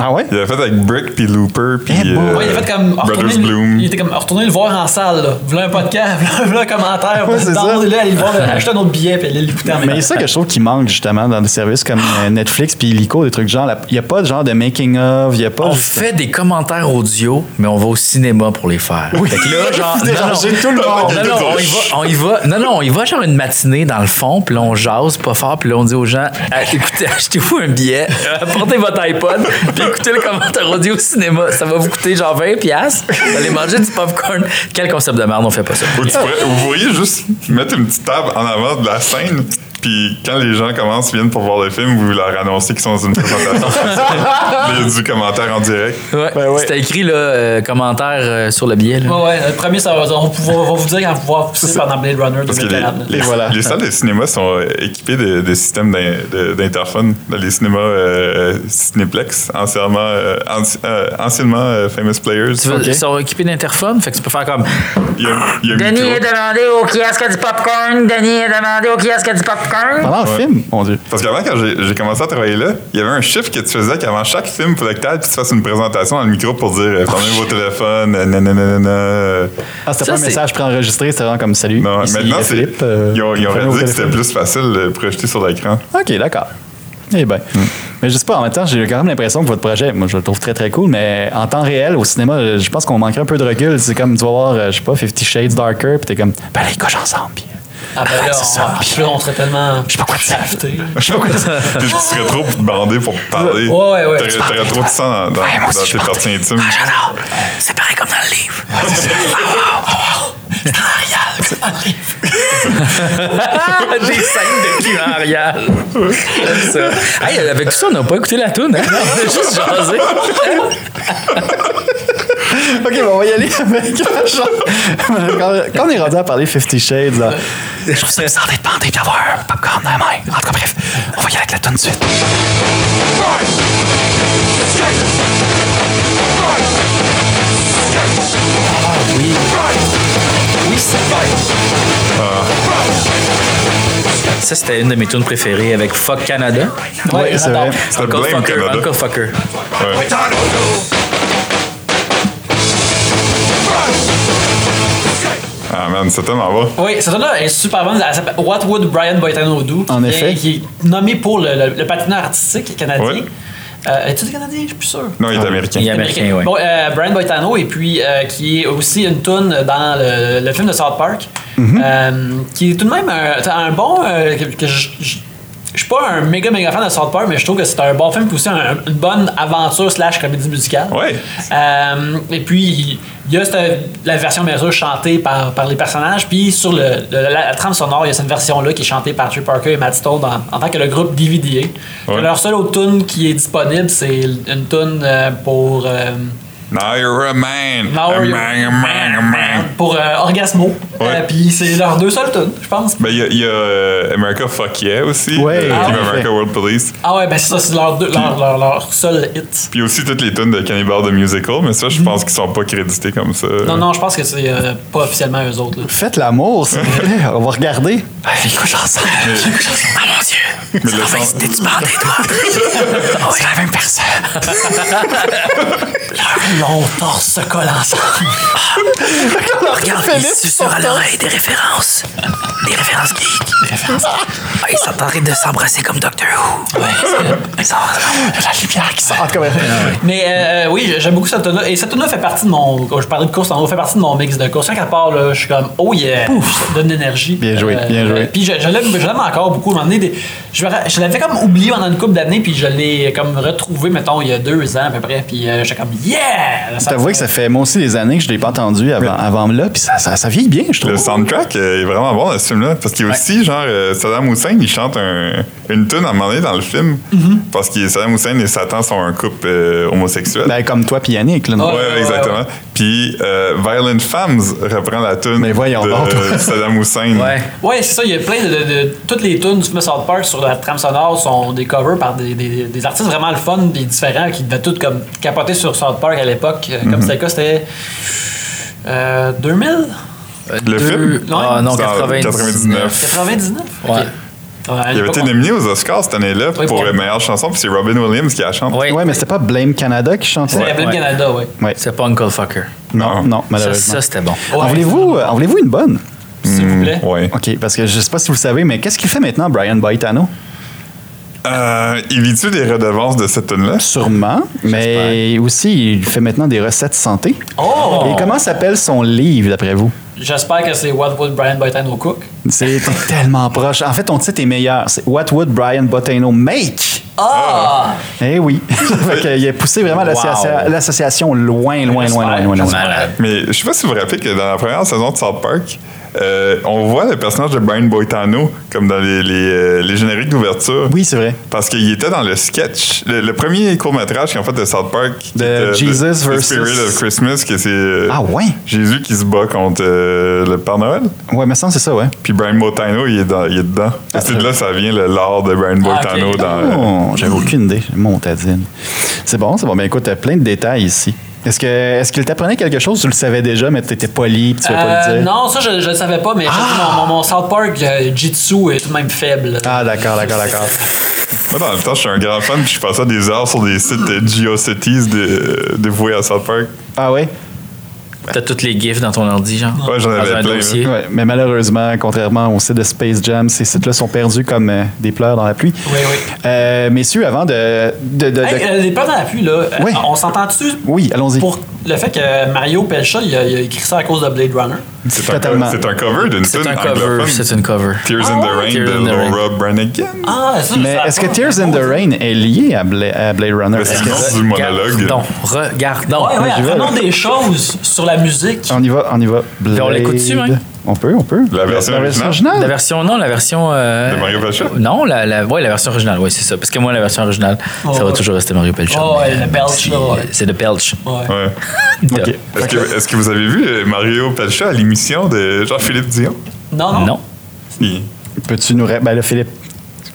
Ah ouais? Il avait fait avec Brick, puis Looper, puis Eh bon. euh, Ouais, il a fait comme. Brothers retourner- Bloom. Il était comme retourner le voir en salle, là. Voulait un podcast, voulait un commentaire, Ouais, c'est ça. downloadez-le, allez le voir, achetez un autre billet, puis allez l'écouter en Mais même c'est ça que je trouve qui manque justement dans des services comme euh, Netflix puis Illico, des trucs genre. la- Il n'y a pas de genre de making of, il n'y a pas. On juste- fait des commentaires audio, mais on va au cinéma pour les faire. Fait que là, genre, Vous non, dérangez non. tout le monde. Non, non, on y va, on y va. Non, non, on y va genre une matinée dans le fond, puis là, on jase pas fort, puis là, on dit aux gens Ah, écoutez, achetez-vous un billet, euh, portez votre iPod, puis écoutez le commentaire audio au cinéma. Ça va vous coûter genre 20 piastres. Vous allez manger du popcorn. Quel concept de merde, on fait pas ça. Ou tu pourrais- ou vous pourriez juste mettre une petite table en avant de la scène, puis quand les gens commencent, viennent pour voir le film, vous leur annoncez qu'ils sont dans une présentation. Là, Il y a du commentaire en direct. Ouais. Ben ouais. C'était écrit, là, euh, commentaire euh, sur le billet. là. temps. Ouais, ouais, le premier, ça va, on, pouvoir- on va vous dire quand vous pouvoir pousser pendant Blade Runner Parce que les, 2049. les- voilà. les salles de cinéma sont euh, équipées de, de systèmes d'in- de- d'interphone dans les cinémas euh, Cinéplex, anciennement, euh, anci- euh, anciennement euh, Famous Players. Tu veux- Ok. Ils sont équipés d'interphone, fait que tu peux faire comme Il y a, il y a un micro. demandé au kiosque du popcorn. Denis a demandé au kiosque du popcorn. Pendant le Ouais. film, mon Dieu. Parce qu'avant, quand j'ai j'ai commencé à travailler là, il y avait un chiffre que tu faisais qu'avant chaque film, il fallait que t'ailles puis tu fasses une présentation dans le micro pour dire euh, « Fermez vos téléphones, euh, nananana. euh. Ah, c'était Ça, pas un c'est- message préenregistré, c'était vraiment comme salut. Non, ici maintenant, c'est- Philippe, euh, ils ont, ils ont prenez vos réalisé que c'était téléphones. plus facile de projeter sur l'écran. Ok, d'accord. Eh bien. Mm. Mais je sais pas, en même temps, j'ai quand même l'impression que votre projet, moi je le trouve très très cool, mais en temps réel, au cinéma, euh, je pense qu'on manquerait un peu de recul. C'est comme, tu vas voir, euh, je sais pas, Fifty Shades Darker, puis t'es comme, ben les coches ensemble, puis. Ah, ben là, c'est ça. euh, on, puis là, on serait tellement. Je sais pas quoi dire. affecté, là. Je sais pas quoi dire. Puis tu serais trop bandé pour parler. Ouais, ouais, ouais. T'aurais- T'aurais trop de sang dans, dans- moi aussi, dans je tes pense- Ah, parties intimes. C'est pareil comme dans le livre. Des scènes de cul en arrière. J'aime ça. Hey, avec ça, on n'a pas écouté la toune. Hein? On a juste jasé. Ok, ben, on va y aller avec. genre, quand, quand on est rendu à parler Fifty Shades, là, je trouve ça bizarre d'être bandé et d'avoir un popcorn dans la main. En tout cas, bref, on va y aller avec la tonne de suite. Ah. Ça, c'était une de mes tunes préférées avec Fuck Canada. Oui, c'est vrai. C'était Blame Fucker, Canada. Uncle Fucker. Ouais. Ah man, c'est tellement bas. Oui, cette là est super bonne. Elle s'appelle What Would Brian Boitano Do? En qui est- effet. Qui est nommé pour le, le- le patineur artistique canadien. Ouais. Euh, Es-tu du Canadien? Je suis plus sûr. Non, Ah, il est américain. Il est américain, ouais. Bon, euh, Brian Boitano, et puis euh, qui est aussi une toune dans le, le film de South Park, Mm-hmm. euh, qui est tout de même un, un bon. euh, que- que je- je je suis pas un méga méga fan de South Park, mais je trouve que c'est un bon film, puis aussi un- une bonne aventure slash comédie musicale. Ouais. Euh, et puis, il y a cette- la version, bien sûr, chantée par, par les personnages. Puis, sur le, le- la, la trame sonore, il y a cette version-là qui est chantée par Trey Parker et Matt Stone en, en tant que le groupe DVDA. Que Ouais. Leur seule autre tune qui est disponible, c'est une tune euh, pour. euh, Now you're a man. Now a You're- man, a man, a man. pour euh, Orgasmo. ah, Ouais. Euh, puis, c'est leurs deux seules tunes, je pense. Ben, il y a, il y a, euh, America Fuck Yeah aussi. Ouais. euh, Ah, Team ouais. America World Police. Ah ouais, ben c'est ça, c'est leur, deux- leur, leur, leur seul hit. Puis aussi toutes les tunes de Cannibal de Musical, mais ça, je pense qu'ils sont pas crédités comme ça. Mhm. Non, non, je pense que c'est euh, pas officiellement eux autres. là. Faites l'amour, s'il vous plaît. On va regarder. Ah, les couches ensemble. Les Ah mon Dieu! Mais le son- tu bandé, toi? Oh, C'est la même personne. Long torse se colle ensemble. Regarde, il susurre à l'oreille des références. Des références geek. Des références geek. ils sont en train de s'embrasser comme Doctor Who. ils sont La lumière qui sort. En tout cas, bref. Mais euh, oui, j'aime beaucoup cette tune-là. Et cette tune-là fait partie de mon. Quand je parlais de course en haut, fait partie de mon mix de course. Quand elle part, là, je suis comme, oh yeah, ça donne de l'énergie. Euh, Bien joué, bien joué. Puis je, je l'aime je l'aime encore beaucoup. À un moment donné, des- je, me ra- je l'avais comme oublié pendant une couple d'années, puis je l'ai comme retrouvé, mettons, il y a deux ans à peu près. Puis euh, j'étais comme, yeah! Je t'avoue que ça fait moi aussi des années que je ne l'ai pas entendu avant, avant là, puis ça, ça, ça vieillit bien, je Le trouve. soundtrack euh, est vraiment bon. Ce film-là. Parce qu'il y a aussi, genre, euh, Saddam Hussein, il chante un- une tune à un moment donné dans le film. Mhm. Parce que Saddam Hussein et Satan sont un couple euh, homosexuel. Ben, comme toi puis Yannick. Là, non? Ouais, ouais, ouais, exactement. Puis euh, Violent Femmes reprend la tune Mais voyons de donc, toi. Saddam Hussein. Ouais. Ouais, c'est ça, il y a plein de, de- de- Toutes les tunes du film South Park sur la trame sonore sont des covers par des, des- des artistes vraiment le fun et différents qui devaient toutes comme capoter sur South Park à l'époque. Euh, Comme c'était le cas, c'était. euh, 2000 Le film? Non, Ah, non, c'est en 99. 99. 99 Ouais. Ok. Ouais, à Il avait l'époque, été on- nominé aux Oscars cette année-là Oui, pour pour- la meilleure chanson, puis c'est Robin Williams qui la chante. Ouais. Ouais, mais c'était pas Blame Canada qui chantait. C'était la Blame Ouais. Canada, ouais. Ouais. C'est pas Uncle Fucker. Non, non, Ça, malheureusement. ça, c'était bon. en voulez-vous euh, en voulez-vous une bonne? S'il vous plaît. Ouais. OK, parce que je sais pas si vous le savez, mais qu'est-ce qu'il fait maintenant, Brian Boitano? Euh, il vit-tu des redevances de cette tune-là? Sûrement, mais aussi, il fait maintenant des recettes santé. Oh! Et comment s'appelle son livre, d'après vous? J'espère que c'est What Would Brian Boitano Cook. C'est t'es tellement proche. En fait, ton titre est meilleur. C'est What Would Brian Boitano Make? Ah! Eh oui. Fait que, il a poussé vraiment l'associa- Wow. l'association loin, loin, loin, loin, loin, loin, loin. Malade. Mais je sais pas si vous vous rappelez que dans la première saison de South Park, euh, on voit le personnage de Brian Boitano comme dans les, les, euh, les génériques d'ouverture. Oui, c'est vrai. Parce qu'il était dans le sketch, le, le premier court-métrage qu'ils ont fait de South Park. qui De était Jesus The versus- Spirit of Christmas, que c'est euh, Ah ouais? Jésus qui se bat contre euh, le Père Noël. Ouais, mais ça, c'est ça, ouais. Puis Brian Boitano, il est, dans- il est dedans. Ah, Et c'est de là que ça vient le lore de Brian Boitano ok. dans. Oh, J'avais aucune idée. Montadine. C'est bon, c'est bon. Ben écoute, t'as plein de détails ici. Est-ce que est-ce qu'il t'apprenait quelque chose? Tu le savais déjà, mais t'étais poli, puis tu vas pas Euh, le dire. non, ça, je, je le savais pas, mais je sais que mon, mon- mon South Park euh, Jitsu est tout de même faible. Ah d'accord, d'accord, d'accord. Moi, dans le temps, je suis un grand fan, puis je passais des heures sur des sites de GeoCities de- dévoués à South Park. Ah ouais? T'as toutes les gifs dans ton ordi, genre? Ouais, j'en Dans avais un plein, dossier. Ouais, mais malheureusement, contrairement au site de Space Jam, ces sites-là sont perdus comme euh, des pleurs dans la pluie. Oui, oui. Euh, messieurs, avant de... de, de- de- Hey, euh, les plans dans la pluie, là, euh, Oui. on s'entend-tu oui, allons-y. pour le fait que Mario Pelcha, il a, il a écrit ça à cause de Blade Runner? C'est un, Totalement. c'est un cover d'une C'est tune un cover. anglophone. C'est une cover. Tears in the Ah ouais, Rain Tears de in the Rain. Laura Branigan. Ah, ça, je Mais savais est-ce que pas. Tears in the Rain est lié à, Bla- à Blade Runner? Mais c'est Est-ce le que nom ça- du monologue. Regardons, regardons. Ouais, ouais, j'y vais, apprenons là. des choses sur la musique. On y va, on y va. Ben, Blade. on l'écoute-tu, hein? On peut, on peut. La version La version, non, la version. euh, De Mario Pelcha? Non, la, la, ouais, la version originale, ouais, c'est ça. Parce que moi, la version originale, ça va ouais. toujours rester Mario Pelcha. Oh, mais, ouais, le euh, Belch, c'est- là, ouais. C'est le Pelch. Ah. Ouais. Ouais. OK. Est-ce que, est-ce que vous avez vu euh, Mario Pelcha à l'émission de Jean-Philippe Dion? Non, non. Non. Il- Peux-tu nous... ra- Ben là, Philippe,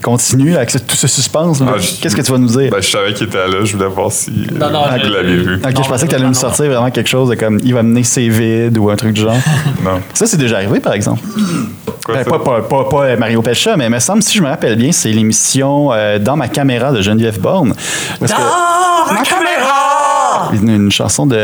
continue avec ce- tout ce suspense. là. Ah, je- Qu'est-ce que tu vas nous dire? Ben, je savais qu'il était là, je voulais voir si euh, Non, non, vous je- l'aviez vu. Ok, non, je pensais que t'allais Ah, non, nous non. sortir vraiment quelque chose de comme il va mener ses vides ou un truc du genre. Non. Ça, c'est déjà arrivé, par exemple. Quoi, Ben, ça? pas, pas, pas- pas Mario Pelcha, mais il me semble, si je me rappelle bien, c'est l'émission euh, Dans ma caméra de Geneviève Borne. Parce que- Ah, ma caméra! une, une chanson de,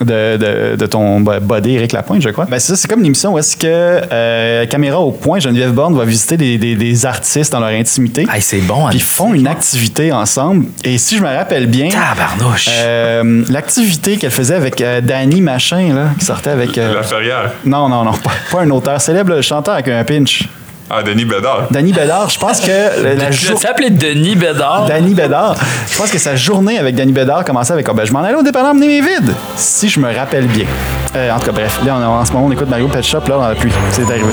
de, de, de ton bo- body, Eric Lapointe, je crois. Ben, c'est ça, c'est comme une émission où est-ce que euh, caméra au point, Geneviève Borne va visiter des, des- des artistes dans leur intimité. Hey, Ah, c'est bon, hein. Puis Anne. ils font une activité ensemble. Et si je me rappelle bien. Tabarnouche. euh, L'activité qu'elle faisait avec euh, Danny Machin, là, qui sortait avec. euh, La Ferrière. non, non, non, pas, pas un auteur célèbre, le chanteur avec un pinch. Ah, Denis Bédard. Danny Bédard, je pense que la- la Je jour- vais t'appeler Denis Bédard. Danny Bédard, je pense que sa journée avec Danny Bédard commençait avec Ah, ben, Je m'en allais au dépanneur mener mes vides, si je me rappelle bien. Euh, en tout cas, bref, là, on- en ce moment, on écoute Mario Pet Shop là, dans la pluie. C'est arrivé.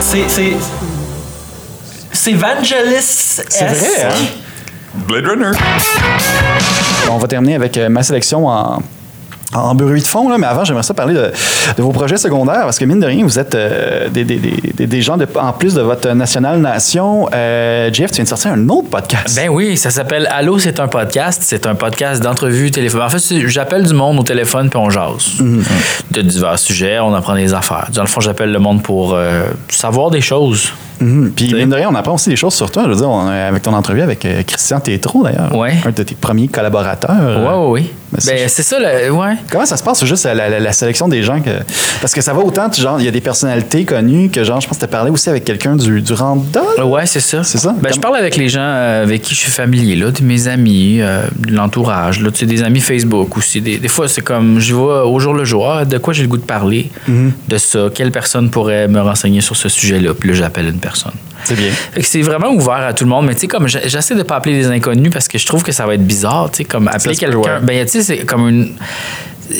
C'est. C'est. C'est Vangelis C'est vrai, hein? Blade Runner. On va terminer avec euh, ma sélection en, en bruit de fond, là, mais avant, j'aimerais ça parler de, de vos projets secondaires, parce que mine de rien, vous êtes euh, des, des- des- des- des gens de- en plus de votre National Nation. Euh, Jeff, tu viens de sortir un autre podcast. Ben oui, ça s'appelle Allô, c'est un podcast. C'est un podcast d'entrevue téléphone. En fait, c'est- j'appelle du monde au téléphone puis on jase Mm-hmm. de divers sujets. On apprend des affaires. Dans le fond, j'appelle le monde pour euh, savoir des choses. Mhm. Puis, mine de rien, on apprend aussi des choses sur toi. Je veux dire, on a- avec ton entrevue avec euh, Christian Tétrault, d'ailleurs. Ouais. Un de tes premiers collaborateurs. Ouais, ouais, oui. Ben, c'est- Ben, c'est ça, le, ouais. Comment ça se passe, juste la, la- la sélection des gens? Que... Parce que ça va autant, tu- genre, il y a des personnalités connues que, genre, je pense que tu as parlé aussi avec quelqu'un du, du random. Ouais, c'est ça. C'est ça. Ben, je Comme- parle avec les gens euh, avec qui je suis familier, là, de mes amis, euh, de l'entourage, là, tu sais, des amis Facebook aussi. Des, des fois, c'est comme, je vais au jour le jour, Mhm. Ah, de quoi j'ai le goût de parler, de ça, quelle personne pourrait me renseigner sur ce sujet-là, puis là, j'appelle une personnes. C'est bien. Fait que c'est vraiment ouvert à tout le monde, mais tu sais, comme j'a- j'essaie de pas appeler les inconnus parce que je trouve que ça va être bizarre, tu sais, comme appeler se peut, quelqu'un. ouais. Ben, tu sais, c'est comme une.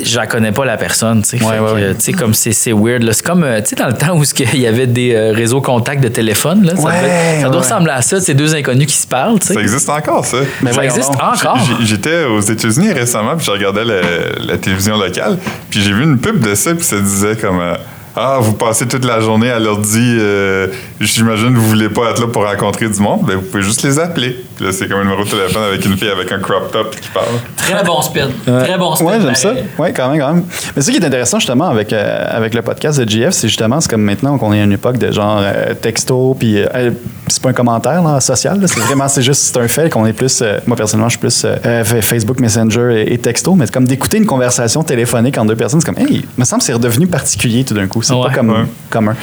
Je la connais pas la personne, tu sais. Ouais, Fait ouais, que, ouais. Tu sais, comme c'est c'est weird. là. C'est comme, euh, tu sais, dans le temps où ce que- il y avait des euh, réseaux contacts de téléphone, là, ça, Ouais, devait- ça ouais. doit ressembler à ça, c'est deux inconnus qui se parlent, tu sais. Ça existe encore, ça. Mais Ça Ben, voyons existe donc. Ah, encore. J- j- J'étais aux États-Unis récemment, puis je regardais la, la télévision locale, puis j'ai vu une pub de ça, puis ça disait comme euh, Ah, vous passez toute la journée à l'ordi, euh, j'imagine vous voulez pas être là pour rencontrer du monde, ben vous pouvez juste les appeler. Puis là, c'est comme un numéro de téléphone avec une fille avec un crop top qui parle. Très bon spin. Très bon spin. Ouais, j'aime ça. pareil. Ouais, quand même, quand même. Mais ce qui est intéressant justement avec, euh, avec le podcast de GF, c'est justement, c'est comme maintenant qu'on est à une époque de genre euh, texto, puis euh, euh, c'est pas un commentaire là, social, là, c'est vraiment, c'est juste, c'est un fait qu'on est plus, euh, moi personnellement, je suis plus euh, euh, Facebook, Messenger et, et texto, mais c'est comme d'écouter une conversation téléphonique entre deux personnes, c'est comme, hey, me semble que c'est redevenu particulier tout d'un coup, c'est Ouais. pas comme, commun.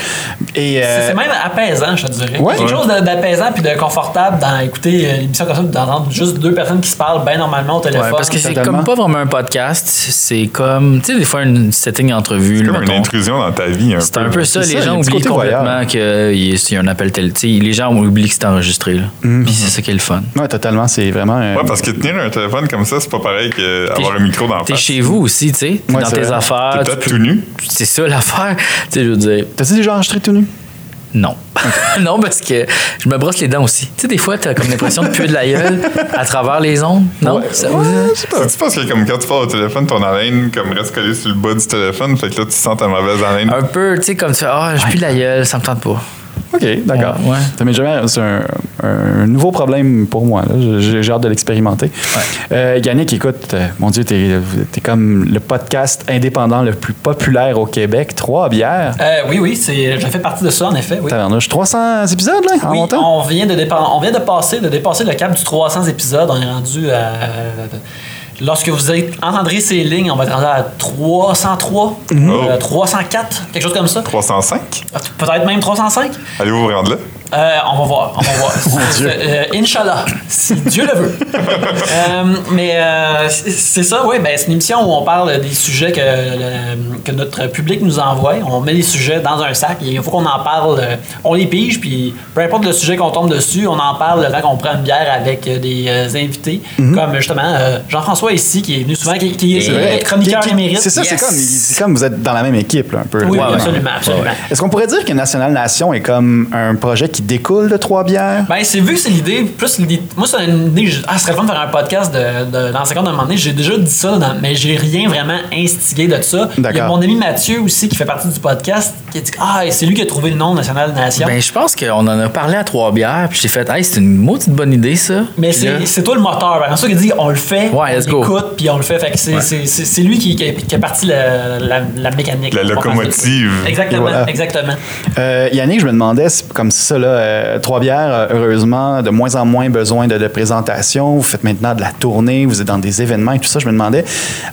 Et, C'est- euh, C'est même apaisant, je te dirais. Ouais. Quelque chose de- d'apaisant puis de confortable dans écouter euh, l'émission comme ça, puis d'entendre juste deux personnes qui se parlent bien normalement au téléphone. Ouais, parce que c'est totalement. comme pas vraiment un podcast, c'est comme, tu sais, des fois, une setting entrevue, Comme là, une mettons. intrusion dans ta vie, un C'est peu. un peu ça, C'est les ça, il y a gens un petit oublient côté complètement voyeur. qu'il y a un appel tel. tu sais, Les gens oublient que c'est enregistré. là. Mhm. Puis c'est ça qui est le fun. ouais, totalement, c'est vraiment. euh, Ouais, parce que tenir un téléphone comme ça, c'est pas pareil qu'avoir T'es- un micro dans la T'es face. chez vous aussi, tu sais. T'es Ouais, dans c'est tes vrai. affaires. T'es tu peut-être peux- tout nu. C'est ça l'affaire. Tu sais, je veux dire, T'as-tu déjà enregistré tout nu? non. non, parce que je me brosse les dents aussi. Tu sais, des fois, t'as comme l'impression de puer de la gueule à travers les ondes. Non? Ça- Tu penses que comme quand tu parles au téléphone, ton haleine comme reste collée sur le bas du téléphone, fait que là tu sens ta mauvaise haleine. Un peu, tu sais, comme tu fais, ah, je pue de la gueule, ça me tente pas. OK, d'accord. Ouais. Ça m'est jamais- C'est un, un nouveau problème pour moi. là. J'ai j'ai hâte de l'expérimenter. Euh, Yannick, écoute, euh, mon Dieu, t'es es comme le podcast indépendant le plus populaire au Québec. Trois bières. Euh, oui, oui, c'est- je fais partie de ça, en effet. Oui. Tabarnouche, 300 épisodes, là, en Oui, montant. on vient de dépa- on vient de passer de dépasser le cap du 300 épisodes. On est rendu à Lorsque vous êtes- entendrez ces lignes, on va être rendu à 303, euh, Oh. 304, quelque chose comme ça. 305? Peut-être même 305. Allez vous rendre là. Euh, on va voir, on va voir. Euh, Inch'Allah, si Dieu le veut. Euh, mais euh, c'est c'est ça, oui, ben, c'est une émission où on parle des sujets que, le- que notre public nous envoie. On met les sujets dans un sac et il faut qu'on en parle. euh, On les pige, puis peu importe le sujet qu'on tombe dessus, on en parle le temps qu'on prend une bière avec euh, des euh, invités, Mhm. comme justement euh, Jean-François ici, qui est venu souvent, qui, qui est Ouais. chroniqueur Qui- qui- émérite. C'est ça, c'est Yes. comme, c'est comme vous êtes dans la même équipe, là, un peu. Oui, là. oui, absolument, absolument. Est-ce qu'on pourrait dire que National Nation est comme un projet qui découle de Trois bières? Ben, c'est vu que c'est l'idée, plus l'idée. Moi, c'est une idée. que j'ai- Ah, ce serait le fun de faire un podcast de, de, dans 50 d'un moment donné. J'ai déjà dit ça, dans- mais j'ai rien vraiment instigué de ça. Il y a D'accord. mon ami Mathieu aussi qui fait partie du podcast qui a dit Ah, et c'est lui qui a trouvé le nom National Nation. Ben, je pense qu'on en a parlé à trois bières, puis j'ai fait, hey, c'est une maudite bonne idée, ça. mais Puis là- c'est c'est toi le moteur. C'est ça qui dit On le fait, Ouais, let's on go. écoute, puis on le fait. Fait que c'est c'est- c'est- c'est lui qui, qui, a, qui a parti la, la, la mécanique. La locomotive. Exactement, Et voilà. exactement. Euh, Yannick, je me demandais, si- comme ça, là, euh, Trois-Bières, euh, heureusement, de moins en moins besoin de, de présentation. Vous faites maintenant de la tournée, vous êtes dans des événements et tout ça. Je me demandais,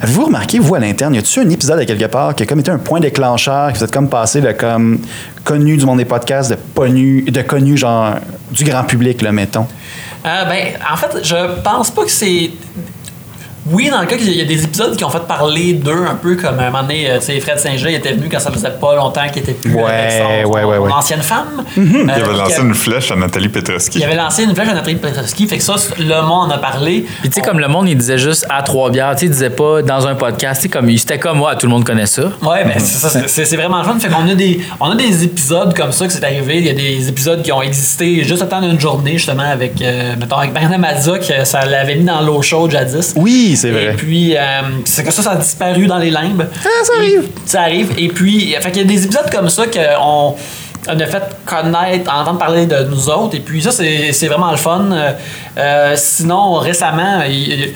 avez-vous remarqué, vous, à l'interne, y a-t-il un épisode à quelque part qui a comme été un point déclencheur, que vous êtes comme passé de comme connu du monde des podcasts, de connu, de connu genre du grand public, là, mettons? Euh, ben, en fait, je pense pas que c'est. Oui, dans le cas qu'il y a des épisodes qui ont fait parler d'eux un peu, comme à un moment donné, euh, tu sais, Fred Saint-Jean il était venu quand ça faisait pas longtemps qu'il était plus Ouais, avec son, ouais, ouais, son ouais. Mhm. ancienne femme. Il avait lancé une... une flèche à Nathalie Petroski. Euh, il avait lancé une flèche à Nathalie Petrovski, fait que ça, le monde en a parlé. Puis tu sais, comme le monde, il disait juste à trois bières, tu sais, il disait pas dans un podcast, tu sais, comme, il- c'était comme, ouais, tout le monde connaît ça. Ouais, ben c'est ça, c'est- c'est c'est vraiment le fun. Fait qu'on a des, on a des épisodes comme ça que c'est arrivé. Il y a des épisodes qui ont existé juste le temps d'une journée, justement, avec, euh, mettons, avec Bernard Mazza, que ça l'avait mis dans l'eau chaude jadis. Oui, c'est Et vrai. Ah, puis, euh, c'est que ça, ça a disparu dans les limbes. ça arrive. ça arrive. Et puis, euh, fait qu'il y a des épisodes comme ça qu'on on a fait connaître, entendre parler de nous autres. Et puis, ça, c'est c'est vraiment le fun. Euh, euh, sinon, récemment, il- il-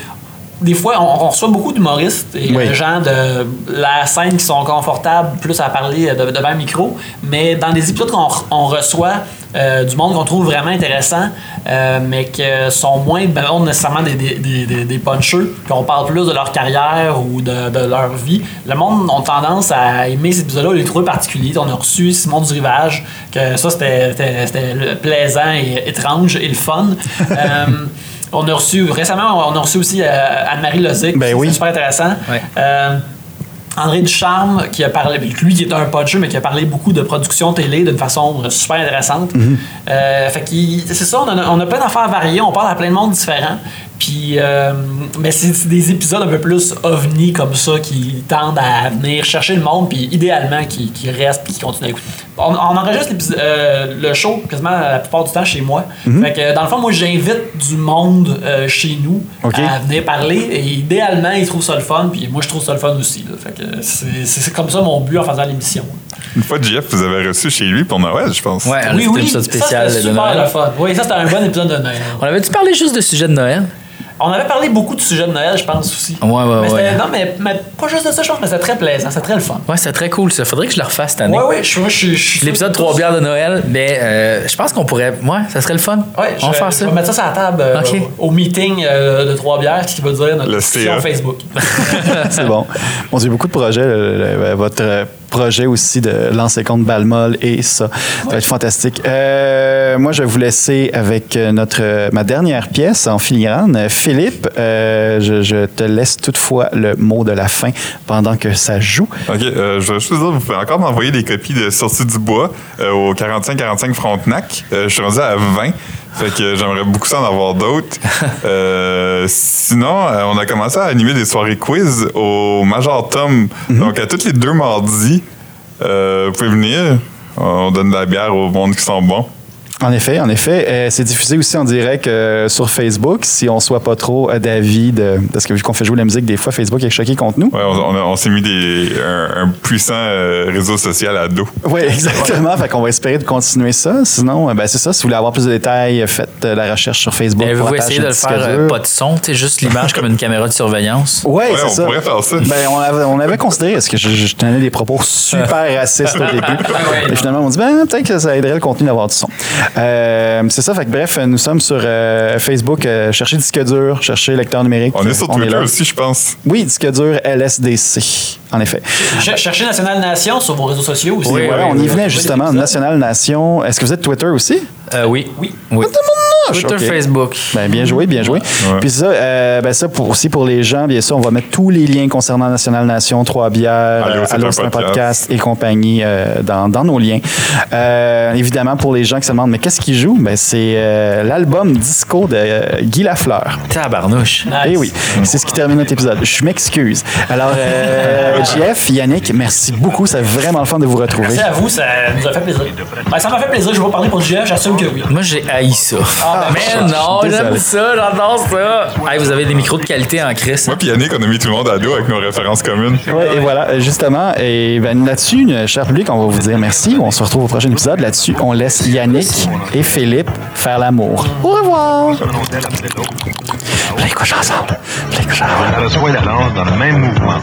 des fois, on, on reçoit beaucoup d'humoristes et euh, Oui. de gens de la scène qui sont confortables plus à parler de- devant le micro. Mais dans des épisodes qu'on re- on reçoit, euh, du monde qu'on trouve vraiment intéressant, euh, mais que sont moins, ben, non nécessairement des, des, des, des- des puncheux, qu'on parle plus de leur carrière ou de, de leur vie. Le monde a tendance à aimer ces épisodes-là, les trouver particuliers. On a reçu Simon du Rivage, que ça, c'était- c'était c'était le- plaisant et étrange et le fun. Euh, on a reçu, récemment, on a reçu aussi euh, Anne-Marie Lozic, Ben c'est oui. super intéressant. Ouais. Euh, André Ducharme, qui a parlé, lui qui est un puncher, mais qui a parlé beaucoup de production télé d'une façon super intéressante. Euh, fait qu'il- c'est ça, on a, on a plein d'affaires variées, on parle à plein de monde différents. Puis, euh, mais c'est c'est des épisodes un peu plus ovni comme ça qui tendent à venir chercher le monde, puis idéalement qui, qui reste puis qui continue à écouter. On, on enregistre l'épis- euh, le show quasiment la plupart du temps chez moi. Fait que, dans le fond, moi j'invite du monde euh, chez nous Ok. à venir parler et idéalement ils trouvent ça le fun, puis moi je trouve ça le fun aussi. là. Fait que c'est c'est comme ça mon but en faisant l'émission. Une fois, Jeff, vous avez reçu chez lui pour Noël, je pense. Ouais, Oui, c'était un oui, ça épisode spécial c'était de super le Noël. fun. Oui, ça c'était un bon épisode de Noël. On avait-tu parlé juste de sujet de Noël? On avait parlé beaucoup de sujets de Noël, je pense aussi. Ouais, ouais, ouais. mais c'était- Non, mais, mais pas juste de ça, je pense, mais c'était très plaisant, c'était très le fun. Ouais, c'est très cool ça. Faudrait que je le refasse cette année. Ouais, ouais, je suis. L'épisode 3 bières de Noël, ben, euh, je pense qu'on pourrait. Ouais, ça serait le fun. Ouais, je, on va faire je ça. vais mettre ça sur la table euh, Ok. au meeting euh, de Trois Bières, ce qui veut dire notre Le discussion CA. Facebook. C'est bon. Bon, j'ai beaucoup de projets. le- le- le- votre euh, projet aussi de lancer contre Balmol et ça. Ça va être fantastique. Euh, moi, je vais vous laisser avec euh, notre, euh, ma dernière pièce en filigrane. Euh, Philippe, euh, je, je te laisse toutefois le mot de la fin pendant que ça joue. OK, euh, je veux juste dire, vous pouvez encore m'envoyer des copies de Sortie du bois euh, au 45-45 Frontenac. Euh, je suis rendu à 20. Fait que j'aimerais beaucoup ça en avoir d'autres. Euh, sinon, euh, on a commencé à animer des soirées quiz au Major Tom. Mhm. Donc, à tous les deux mardis, euh, vous pouvez venir. On donne de la bière au monde qui sont bons. En effet, en effet. Euh, c'est diffusé aussi en direct euh, sur Facebook si on soit pas trop euh, d'avis de. Parce que vu qu'on fait jouer la musique, des fois, Facebook est choqué contre nous. Ouais, on, on a- on s'est mis des, un, un puissant euh, réseau social à dos. Oui, exactement. Fait qu'on va espérer de continuer ça. Sinon, euh, ben, c'est ça. Si vous voulez avoir plus de détails, euh, faites euh, la recherche sur Facebook. Ben, vous pour la pouvez page essayer de le Disque faire euh, dur. pas de son, tu sais, juste l'image comme une caméra de surveillance. Ouais, Ouais, c'est on ça. pourrait faire ça. Ben, on, avait, on avait considéré, parce que je, je tenais des propos super racistes au début. Et finalement, on dit, ben, peut-être que ça aiderait le contenu d'avoir du son. Euh, c'est ça, fait que bref, nous sommes sur euh, Facebook, euh, cherchez disque dur, cherchez lecteur numérique. On est sur Twitter là. aussi, je pense. Oui, disque dur LSDC, en effet. Cher- Cherchez National Nation sur vos réseaux sociaux aussi. Oui, Et voilà, oui, on y oui, venait justement, National Nation. Est-ce que vous êtes Twitter aussi? Euh, oui. Oui. oui. nage, Twitter, ok. Facebook. Ben, bien joué, bien joué. Puis ça, euh, ben ça pour, aussi pour les gens, bien sûr, on va mettre tous les liens concernant National Nation, Trois Bières, Allô, euh, c'est un Allô, c'est un podcast. podcast et compagnie euh, dans, dans nos liens. Euh, évidemment, pour les gens qui se demandent, mais qu'est-ce qu'ils jouent? Ben, c'est euh, l'album disco de euh, Guy Lafleur. Tabarnouche. Eh oui, c'est ce qui termine notre épisode. Je m'excuse. Alors, euh, JF, Yannick, merci beaucoup. C'est vraiment le fun de vous retrouver. Merci à vous, ça nous a fait plaisir. Ben, ça m'a fait plaisir, je vais pas parler pour GF, j'assume que oui. Moi, j'ai haï ça. Ah, mais je- je suis ben non, j'aime désolé. ça, j'adore ça. Hey, vous avez des micros de qualité en Chris. Moi puis Yannick, on a mis tout le monde à dos avec nos références communes. Ouais, et voilà, euh, justement, et ben, là-dessus, euh, cher public, on va vous dire merci. On se retrouve au prochain épisode. Là-dessus, on laisse Yannick et Philippe faire l'amour. Au revoir! Puis là, ils couchent ensemble. Puis là, ils couchent ensemble. à la soie et la lance dans le même mouvement.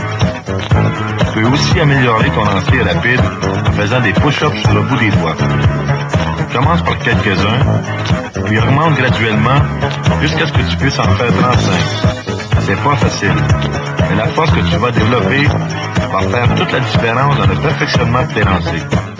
Tu peux aussi améliorer ton entrée rapide en faisant des push-ups sur le bout des doigts. Commence par quelques-uns, puis augmente graduellement jusqu'à ce que tu puisses en faire 35. C'est pas facile, mais la force que tu vas développer va faire toute la différence dans le perfectionnement de tes lancers.